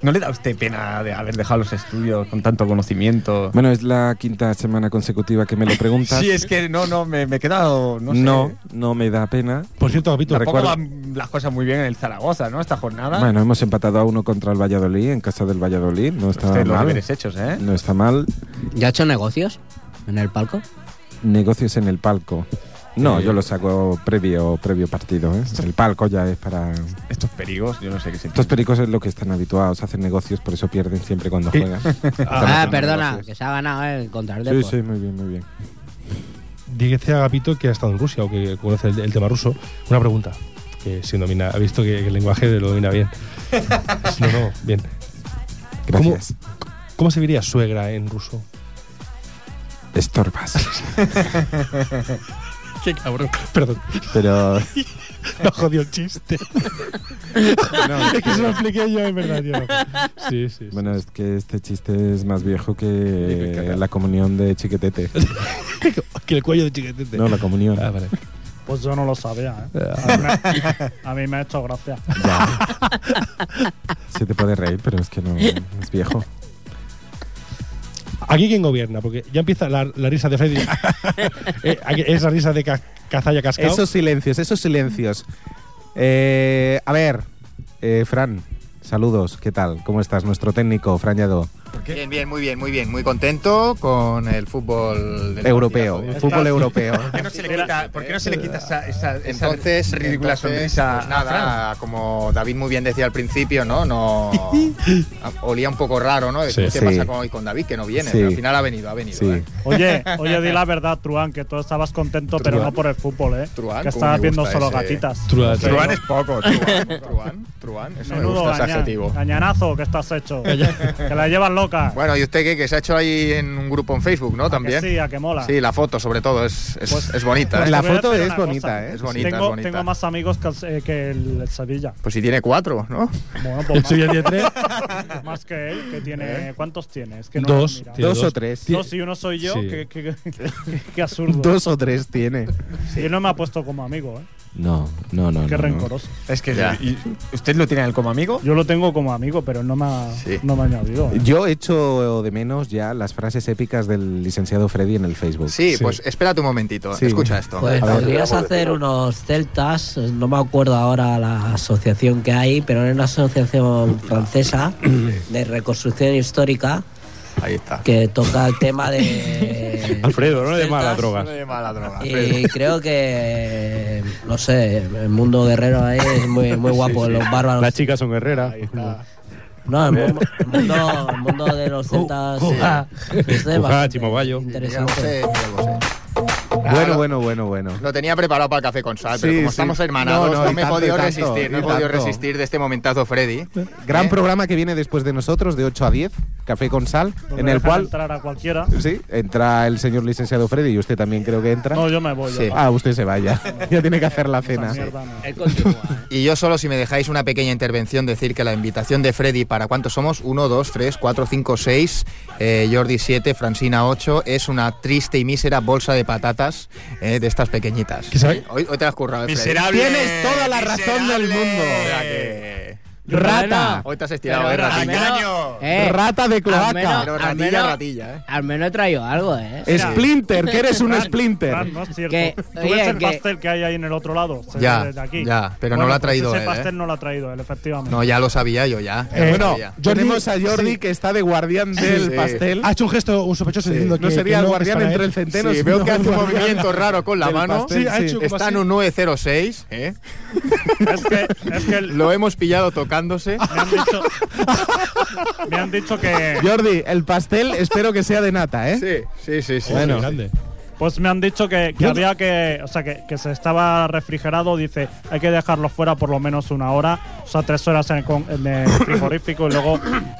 [SPEAKER 3] ¿No le da a usted pena de haber dejado los estudios con tanto conocimiento?
[SPEAKER 6] Bueno, es la quinta semana consecutiva que me lo preguntas.
[SPEAKER 3] Sí, es que no, no, me, me he quedado. No, sé.
[SPEAKER 6] no, no me da pena.
[SPEAKER 4] Por cierto, Gabito,
[SPEAKER 3] Tampoco
[SPEAKER 6] recuerdo-
[SPEAKER 3] van las cosas muy bien en el Zaragoza, ¿no? Esta
[SPEAKER 4] Ah.
[SPEAKER 3] jornada.
[SPEAKER 6] Bueno, hemos empatado a uno contra el Valladolid en casa del Valladolid. No está
[SPEAKER 3] Usted los
[SPEAKER 6] mal.
[SPEAKER 3] deberes hechos, ¿eh?
[SPEAKER 6] No está mal.
[SPEAKER 2] ¿Ya ha hecho negocios en el palco?
[SPEAKER 6] Negocios en el palco. No,
[SPEAKER 3] Eh.
[SPEAKER 6] yo los hago previo, previo partido. ¿eh? El palco ya es para.
[SPEAKER 3] Estos perigos, yo no sé qué se
[SPEAKER 6] Estos pericos es lo que están habituados, hacen negocios, por eso pierden siempre cuando
[SPEAKER 4] Sí.
[SPEAKER 6] juegan.
[SPEAKER 2] Ah,
[SPEAKER 6] Están
[SPEAKER 2] perdona,
[SPEAKER 6] haciendo
[SPEAKER 2] que se ha ganado eh, contra el Depor.
[SPEAKER 6] negocios. Sí, sí, muy bien, muy bien.
[SPEAKER 4] Dígase a pues. Gapito que ha estado en Rusia o que conoce el, el tema ruso. Una pregunta, que si domina, ha visto que, que el lenguaje lo domina bien. no, no, bien.
[SPEAKER 6] Gracias.
[SPEAKER 4] ¿Cómo se diría suegra en ruso?
[SPEAKER 6] Estorbas.
[SPEAKER 4] Qué cabrón. Perdón,
[SPEAKER 6] Pero.
[SPEAKER 4] me ha jodido el chiste.
[SPEAKER 6] no,
[SPEAKER 4] es que se lo expliqué yo, en verdad, tío. Sí, sí. sí.
[SPEAKER 6] Bueno, es que este chiste es más viejo que la comunión de Chiquetete.
[SPEAKER 4] que el cuello de chiquetete.
[SPEAKER 6] No, la comunión.
[SPEAKER 4] Ah, vale.
[SPEAKER 5] Pues yo no lo sabía, ¿eh? A mí me- A mí me ha hecho gracia.
[SPEAKER 6] Se te puede reír, pero es que no es viejo.
[SPEAKER 4] Aquí quién gobierna, porque ya empieza la, la risa de Freddy. Eh, aquí es la risa de ca- Cazalla Cascao.
[SPEAKER 1] Esos silencios, esos silencios. Eh, a ver, eh, Fran, saludos, ¿qué tal? ¿Cómo estás? Nuestro técnico, Fran Lladó,
[SPEAKER 7] Bien, bien, muy bien, muy bien. Muy contento con el fútbol del
[SPEAKER 1] europeo,
[SPEAKER 7] partidazo de-
[SPEAKER 1] fútbol europeo.
[SPEAKER 3] ¿Por qué no se le quita, por qué no se le quita esa, esa- esa
[SPEAKER 7] Entonces,
[SPEAKER 3] ridícula
[SPEAKER 7] entonces,
[SPEAKER 3] sonrisa?
[SPEAKER 7] pues
[SPEAKER 3] a Fran?
[SPEAKER 7] nada, como David muy bien decía al principio, ¿no? No a- olía un poco raro, ¿no?
[SPEAKER 4] Sí.
[SPEAKER 7] ¿Qué
[SPEAKER 1] Sí.
[SPEAKER 7] pasa con, hoy con David que no viene?
[SPEAKER 1] Sí.
[SPEAKER 7] Pero al final ha venido, ha venido.
[SPEAKER 1] Sí.
[SPEAKER 7] ¿eh?
[SPEAKER 5] Oye, oye, di la verdad, Truán, que tú estabas contento, pero
[SPEAKER 6] Truán.
[SPEAKER 5] no por el fútbol, ¿eh?
[SPEAKER 7] Truán,
[SPEAKER 5] que
[SPEAKER 7] cómo
[SPEAKER 5] estabas
[SPEAKER 7] me
[SPEAKER 5] viendo
[SPEAKER 7] gusta
[SPEAKER 5] solo
[SPEAKER 7] ese-
[SPEAKER 5] gatitas.
[SPEAKER 4] Truán,
[SPEAKER 5] Sí,
[SPEAKER 3] Truán
[SPEAKER 5] ¿no?
[SPEAKER 3] es poco,
[SPEAKER 7] Truán, Truán, Truán, eso me
[SPEAKER 5] Menudo
[SPEAKER 7] gusta ese
[SPEAKER 5] gaña-
[SPEAKER 7] adjetivo.
[SPEAKER 5] gañanazo que estás hecho. que la llevas loca.
[SPEAKER 7] Bueno, ¿y usted qué? Que se ha hecho ahí en un grupo en Facebook, ¿no?
[SPEAKER 5] ¿A que
[SPEAKER 7] También.
[SPEAKER 5] Sí, a que mola.
[SPEAKER 7] Sí, la foto sobre todo es, es, es bonita. ¿eh?
[SPEAKER 5] Pues
[SPEAKER 1] La
[SPEAKER 5] te voy a
[SPEAKER 1] foto
[SPEAKER 5] decir
[SPEAKER 1] es
[SPEAKER 5] una cosa.
[SPEAKER 1] bonita, ¿eh?
[SPEAKER 7] Es bonita,
[SPEAKER 5] tengo,
[SPEAKER 7] es bonita.
[SPEAKER 5] tengo más amigos que el, eh, que el, Sevilla.
[SPEAKER 7] Pues si tiene cuatro, ¿no?
[SPEAKER 5] Bueno,
[SPEAKER 4] El
[SPEAKER 5] pues
[SPEAKER 4] Sevilla tiene tres.
[SPEAKER 5] más, más que él, que tiene.
[SPEAKER 7] ¿Eh?
[SPEAKER 5] ¿Cuántos tienes? Que no
[SPEAKER 4] Dos.
[SPEAKER 5] lo he mirado.
[SPEAKER 4] tiene
[SPEAKER 1] Dos o tres.
[SPEAKER 4] Tiene-
[SPEAKER 5] Dos y uno soy yo.
[SPEAKER 4] Sí.
[SPEAKER 5] Qué que, que- que- que absurdo.
[SPEAKER 1] Dos o tres tiene.
[SPEAKER 5] Y él no me ha puesto como amigo, ¿eh?
[SPEAKER 6] No, no, no.
[SPEAKER 5] Qué
[SPEAKER 6] no, no.
[SPEAKER 5] rencoroso.
[SPEAKER 3] Es que
[SPEAKER 7] Ya.
[SPEAKER 3] y- usted lo tiene en el como amigo.
[SPEAKER 5] Yo lo tengo como amigo, pero no me ha,
[SPEAKER 7] Sí.
[SPEAKER 5] no me ha añadido. ¿eh?
[SPEAKER 1] Yo echo de menos ya las frases épicas del licenciado Freddy en el Facebook.
[SPEAKER 7] Sí,
[SPEAKER 4] Sí.
[SPEAKER 7] pues espérate un momentito.
[SPEAKER 1] Sí.
[SPEAKER 7] Escucha esto.
[SPEAKER 8] Pues
[SPEAKER 1] A ver.
[SPEAKER 8] podrías hacer unos celtas, no me acuerdo ahora la asociación que hay, pero era una asociación francesa de reconstrucción histórica
[SPEAKER 7] Ahí está.
[SPEAKER 8] que toca el tema de.
[SPEAKER 4] Alfredo, no le llamas a la
[SPEAKER 8] celtas.
[SPEAKER 4] droga.
[SPEAKER 7] de mala droga.
[SPEAKER 8] Y creo que, no sé, el mundo guerrero ahí es muy, muy guapo, los bárbaros.
[SPEAKER 4] chicas son guerreras.
[SPEAKER 8] No, el mundo, el mundo, el mundo de
[SPEAKER 1] Oh,
[SPEAKER 8] los celtas
[SPEAKER 4] Ju-
[SPEAKER 8] eh,
[SPEAKER 4] jujá.
[SPEAKER 8] es de
[SPEAKER 4] Jujá,
[SPEAKER 8] bastante
[SPEAKER 4] Chimobayo.
[SPEAKER 7] Mira, lo
[SPEAKER 8] interesante.
[SPEAKER 7] sé, mira, lo sé.
[SPEAKER 1] Bueno, bueno, bueno, bueno.
[SPEAKER 7] Lo tenía preparado para el café con sal, pero
[SPEAKER 1] Sí,
[SPEAKER 7] como
[SPEAKER 1] sí.
[SPEAKER 7] estamos hermanados,
[SPEAKER 1] No,
[SPEAKER 7] no,
[SPEAKER 1] no, y
[SPEAKER 7] me he
[SPEAKER 1] tanto,
[SPEAKER 7] podido
[SPEAKER 1] y tanto,
[SPEAKER 7] resistir, no
[SPEAKER 1] y
[SPEAKER 7] he podido
[SPEAKER 1] tanto.
[SPEAKER 7] resistir de este momentazo, Freddy.
[SPEAKER 1] Gran
[SPEAKER 7] ¿Eh?
[SPEAKER 1] programa que viene después de nosotros, de 8 a 10, Café con Sal,
[SPEAKER 5] Donde
[SPEAKER 1] en el
[SPEAKER 5] dejan
[SPEAKER 1] cual
[SPEAKER 5] entrar a cualquiera.
[SPEAKER 1] sí, entra el señor licenciado Freddy y usted también creo que entra.
[SPEAKER 5] No, yo me voy.
[SPEAKER 7] Sí.
[SPEAKER 5] ya va.
[SPEAKER 1] Ah, usted se vaya. ya tiene que hacer la
[SPEAKER 5] Esa
[SPEAKER 1] cena.
[SPEAKER 5] mierda, no.
[SPEAKER 2] Él continúa, ¿eh?
[SPEAKER 7] Y yo solo, si me dejáis una pequeña intervención, decir que la invitación de Freddy para cuántos somos, 1, 2, 3, 4, 5, 6, eh, Jordi 7, Francina 8, es una triste y mísera bolsa de patatas eh, de estas pequeñitas.
[SPEAKER 4] ¿Qué sabe?
[SPEAKER 7] Hoy, hoy te la has currado, eh, Freddy.
[SPEAKER 3] Miserable.
[SPEAKER 1] Tienes toda la razón del
[SPEAKER 7] Miserable.
[SPEAKER 1] mundo.
[SPEAKER 7] O sea que-
[SPEAKER 1] Rata,
[SPEAKER 7] Hoy te has estirado,
[SPEAKER 2] Pero
[SPEAKER 7] eh,
[SPEAKER 2] al
[SPEAKER 7] ratilla.
[SPEAKER 2] menos-
[SPEAKER 3] Engaño.
[SPEAKER 2] Eh,
[SPEAKER 1] rata de
[SPEAKER 2] al menos-
[SPEAKER 1] cloaca.
[SPEAKER 7] Pero
[SPEAKER 2] al
[SPEAKER 7] ratilla,
[SPEAKER 2] menos-
[SPEAKER 7] ratilla, eh.
[SPEAKER 2] Al menos he traído algo, ¿eh?
[SPEAKER 1] Splinter, que eres un
[SPEAKER 5] Fran,
[SPEAKER 1] splinter.
[SPEAKER 5] Fran, no es cierto.
[SPEAKER 2] Que-
[SPEAKER 5] Tú
[SPEAKER 2] oye,
[SPEAKER 5] ves el
[SPEAKER 2] que-
[SPEAKER 5] pastel que hay ahí en el otro lado. se
[SPEAKER 7] Ya,
[SPEAKER 5] ve desde aquí.
[SPEAKER 7] ya, pero no lo ha
[SPEAKER 5] pues
[SPEAKER 7] traído
[SPEAKER 5] Ese
[SPEAKER 7] él, ¿eh?
[SPEAKER 5] pastel no lo ha traído él, efectivamente.
[SPEAKER 7] No, ya lo sabía yo, ya. ya lo
[SPEAKER 4] bueno,
[SPEAKER 7] sabía.
[SPEAKER 4] Eh, Jordi-
[SPEAKER 1] Tenemos a Jordi
[SPEAKER 4] sí.
[SPEAKER 1] que está de guardián del
[SPEAKER 7] sí.
[SPEAKER 1] pastel.
[SPEAKER 4] Ha hecho un gesto un sospechoso diciendo que
[SPEAKER 1] no sería
[SPEAKER 4] que
[SPEAKER 1] el
[SPEAKER 4] que es
[SPEAKER 1] guardián
[SPEAKER 4] para
[SPEAKER 1] entre
[SPEAKER 4] él.
[SPEAKER 1] el centeno.
[SPEAKER 7] Sí,
[SPEAKER 1] sino
[SPEAKER 7] veo que
[SPEAKER 1] el
[SPEAKER 7] hace un
[SPEAKER 1] guardián
[SPEAKER 7] movimiento raro con la
[SPEAKER 1] del
[SPEAKER 7] mano.
[SPEAKER 1] pastel,
[SPEAKER 4] Sí, ha hecho-
[SPEAKER 7] Está en un 906, ¿eh?
[SPEAKER 5] Es que, es que el-
[SPEAKER 7] Lo hemos pillado tocándose.
[SPEAKER 5] me, han dicho, me han dicho que.
[SPEAKER 1] Jordi, el pastel espero que sea de nata, ¿eh?
[SPEAKER 7] Sí, sí, sí, sí.
[SPEAKER 4] Bueno,
[SPEAKER 7] Sí.
[SPEAKER 4] grande.
[SPEAKER 5] Pues me han dicho que, que había que. O sea, que, que se estaba refrigerado. Dice, hay que dejarlo fuera por lo menos una hora. O sea, tres horas en el, con- en el frigorífico. Y luego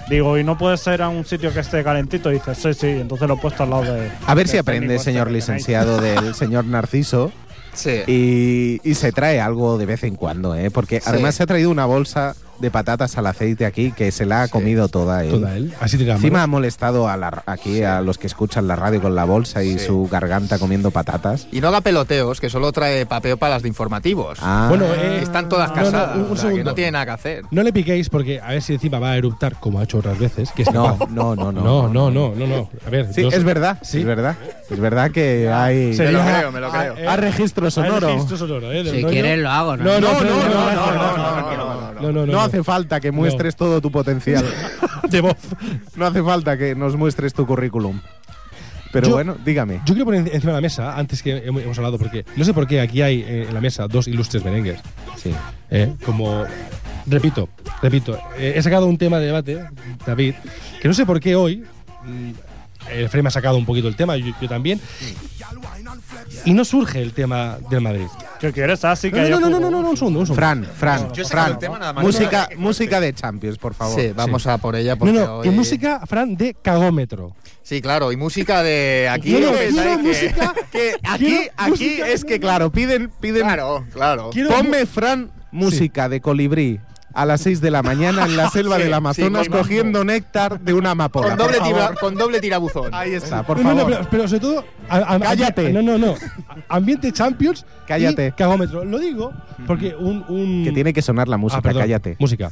[SPEAKER 5] digo, ¿y no puede ser a un sitio que esté calentito? Y dice, sí, sí. y Entonces lo he puesto al lado de.
[SPEAKER 1] A ver
[SPEAKER 5] del
[SPEAKER 1] si aprende,
[SPEAKER 5] técnico este
[SPEAKER 1] señor
[SPEAKER 5] que tenéis.
[SPEAKER 1] licenciado, del señor Narciso
[SPEAKER 7] Sí.
[SPEAKER 1] y, y se trae algo de vez en cuando, ¿eh? Porque
[SPEAKER 7] Sí.
[SPEAKER 1] además se ha traído una bolsa de patatas al aceite aquí que se la ha
[SPEAKER 7] Sí.
[SPEAKER 1] comido toda él.
[SPEAKER 4] Toda él. Así tiene la mano.
[SPEAKER 1] Encima ha molestado a la- aquí a los que escuchan la radio con la bolsa y
[SPEAKER 7] Sí.
[SPEAKER 1] su garganta comiendo patatas.
[SPEAKER 7] Y no haga peloteos, que solo trae papeo para las de informativos.
[SPEAKER 1] Ah,
[SPEAKER 4] Bueno,
[SPEAKER 7] Y
[SPEAKER 4] eh,
[SPEAKER 7] Están todas
[SPEAKER 5] No,
[SPEAKER 4] no,
[SPEAKER 7] casadas,
[SPEAKER 4] un- un
[SPEAKER 7] o sea, que
[SPEAKER 4] segundo.
[SPEAKER 7] no tiene nada que hacer.
[SPEAKER 4] No le piquéis porque a ver si encima va a eruptar como ha hecho otras veces. Que es
[SPEAKER 1] no,
[SPEAKER 4] capaz.
[SPEAKER 1] no, no, no.
[SPEAKER 4] no, no, no, no, no. A ver,
[SPEAKER 1] Sí,
[SPEAKER 4] yo-
[SPEAKER 1] es verdad,
[SPEAKER 4] Sí.
[SPEAKER 1] es verdad. Es verdad que hay
[SPEAKER 4] Sería-
[SPEAKER 7] Me lo creo, me lo
[SPEAKER 4] Ah,
[SPEAKER 7] creo.
[SPEAKER 4] eh,
[SPEAKER 1] hay registro sonoro.
[SPEAKER 4] Hay registro sonoro, eh, del
[SPEAKER 2] Si
[SPEAKER 4] rollo.
[SPEAKER 2] quieres lo hago, ¿no?
[SPEAKER 4] No, no,
[SPEAKER 1] No, no, no, no,
[SPEAKER 4] no,
[SPEAKER 1] no,
[SPEAKER 7] no,
[SPEAKER 4] no, no,
[SPEAKER 1] No hace falta que muestres todo tu potencial.
[SPEAKER 4] de voz.
[SPEAKER 1] No hace falta que nos muestres tu currículum. Pero
[SPEAKER 4] Yo-
[SPEAKER 1] bueno, dígame.
[SPEAKER 4] Yo quiero poner encima de la mesa, antes que hemos hemos hablado, porque no sé por qué aquí hay eh, en la mesa dos ilustres merengues.
[SPEAKER 1] Sí.
[SPEAKER 4] ¿eh? Como, repito, repito, eh, he sacado un tema de debate, David, que no sé por qué hoy, mm, el Frame ha sacado un poquito el tema, yo, yo también, y no surge el tema del Madrid.
[SPEAKER 5] ¿Qué quieres? Así que
[SPEAKER 4] No,
[SPEAKER 5] haya
[SPEAKER 4] no, no, no,
[SPEAKER 5] fútbol.
[SPEAKER 4] no, no, no, un segundo, un segundo.
[SPEAKER 1] Fran, Fran,
[SPEAKER 3] Yo he sacado
[SPEAKER 1] Fran.
[SPEAKER 3] el tema nada más.
[SPEAKER 1] Música, música de Champions, por favor.
[SPEAKER 7] Sí, vamos a por ella.
[SPEAKER 4] No,
[SPEAKER 7] Porque
[SPEAKER 4] no,
[SPEAKER 7] hoy-
[SPEAKER 4] y música, Fran, de cagómetro.
[SPEAKER 7] Sí, claro, y música de aquí.
[SPEAKER 4] No, no,
[SPEAKER 7] ¿sabes?
[SPEAKER 4] quiero
[SPEAKER 7] que-
[SPEAKER 4] música-
[SPEAKER 7] que-
[SPEAKER 1] Aquí,
[SPEAKER 4] Quiero
[SPEAKER 1] aquí
[SPEAKER 4] música-
[SPEAKER 1] es que claro, piden, piden.
[SPEAKER 7] Claro, claro.
[SPEAKER 4] Quiero-
[SPEAKER 1] Ponme, Fran, música de colibrí a las 6 de la mañana en la selva
[SPEAKER 7] Sí,
[SPEAKER 1] del
[SPEAKER 7] sí,
[SPEAKER 1] Amazonas
[SPEAKER 7] con-
[SPEAKER 1] cogiendo néctar de una amapola.
[SPEAKER 7] Con doble,
[SPEAKER 1] por
[SPEAKER 7] tira-
[SPEAKER 1] favor.
[SPEAKER 7] con doble tirabuzón.
[SPEAKER 1] Ahí está, por
[SPEAKER 4] no,
[SPEAKER 1] favor.
[SPEAKER 4] no, pero, pero sobre todo. a- a-
[SPEAKER 1] Cállate.
[SPEAKER 4] No, no, no. Ambiente Champions.
[SPEAKER 1] Cállate.
[SPEAKER 4] y cagómetro. Lo digo porque un. un-
[SPEAKER 1] Que tiene que sonar la música,
[SPEAKER 4] Ah, perdón.
[SPEAKER 1] cállate.
[SPEAKER 4] Música.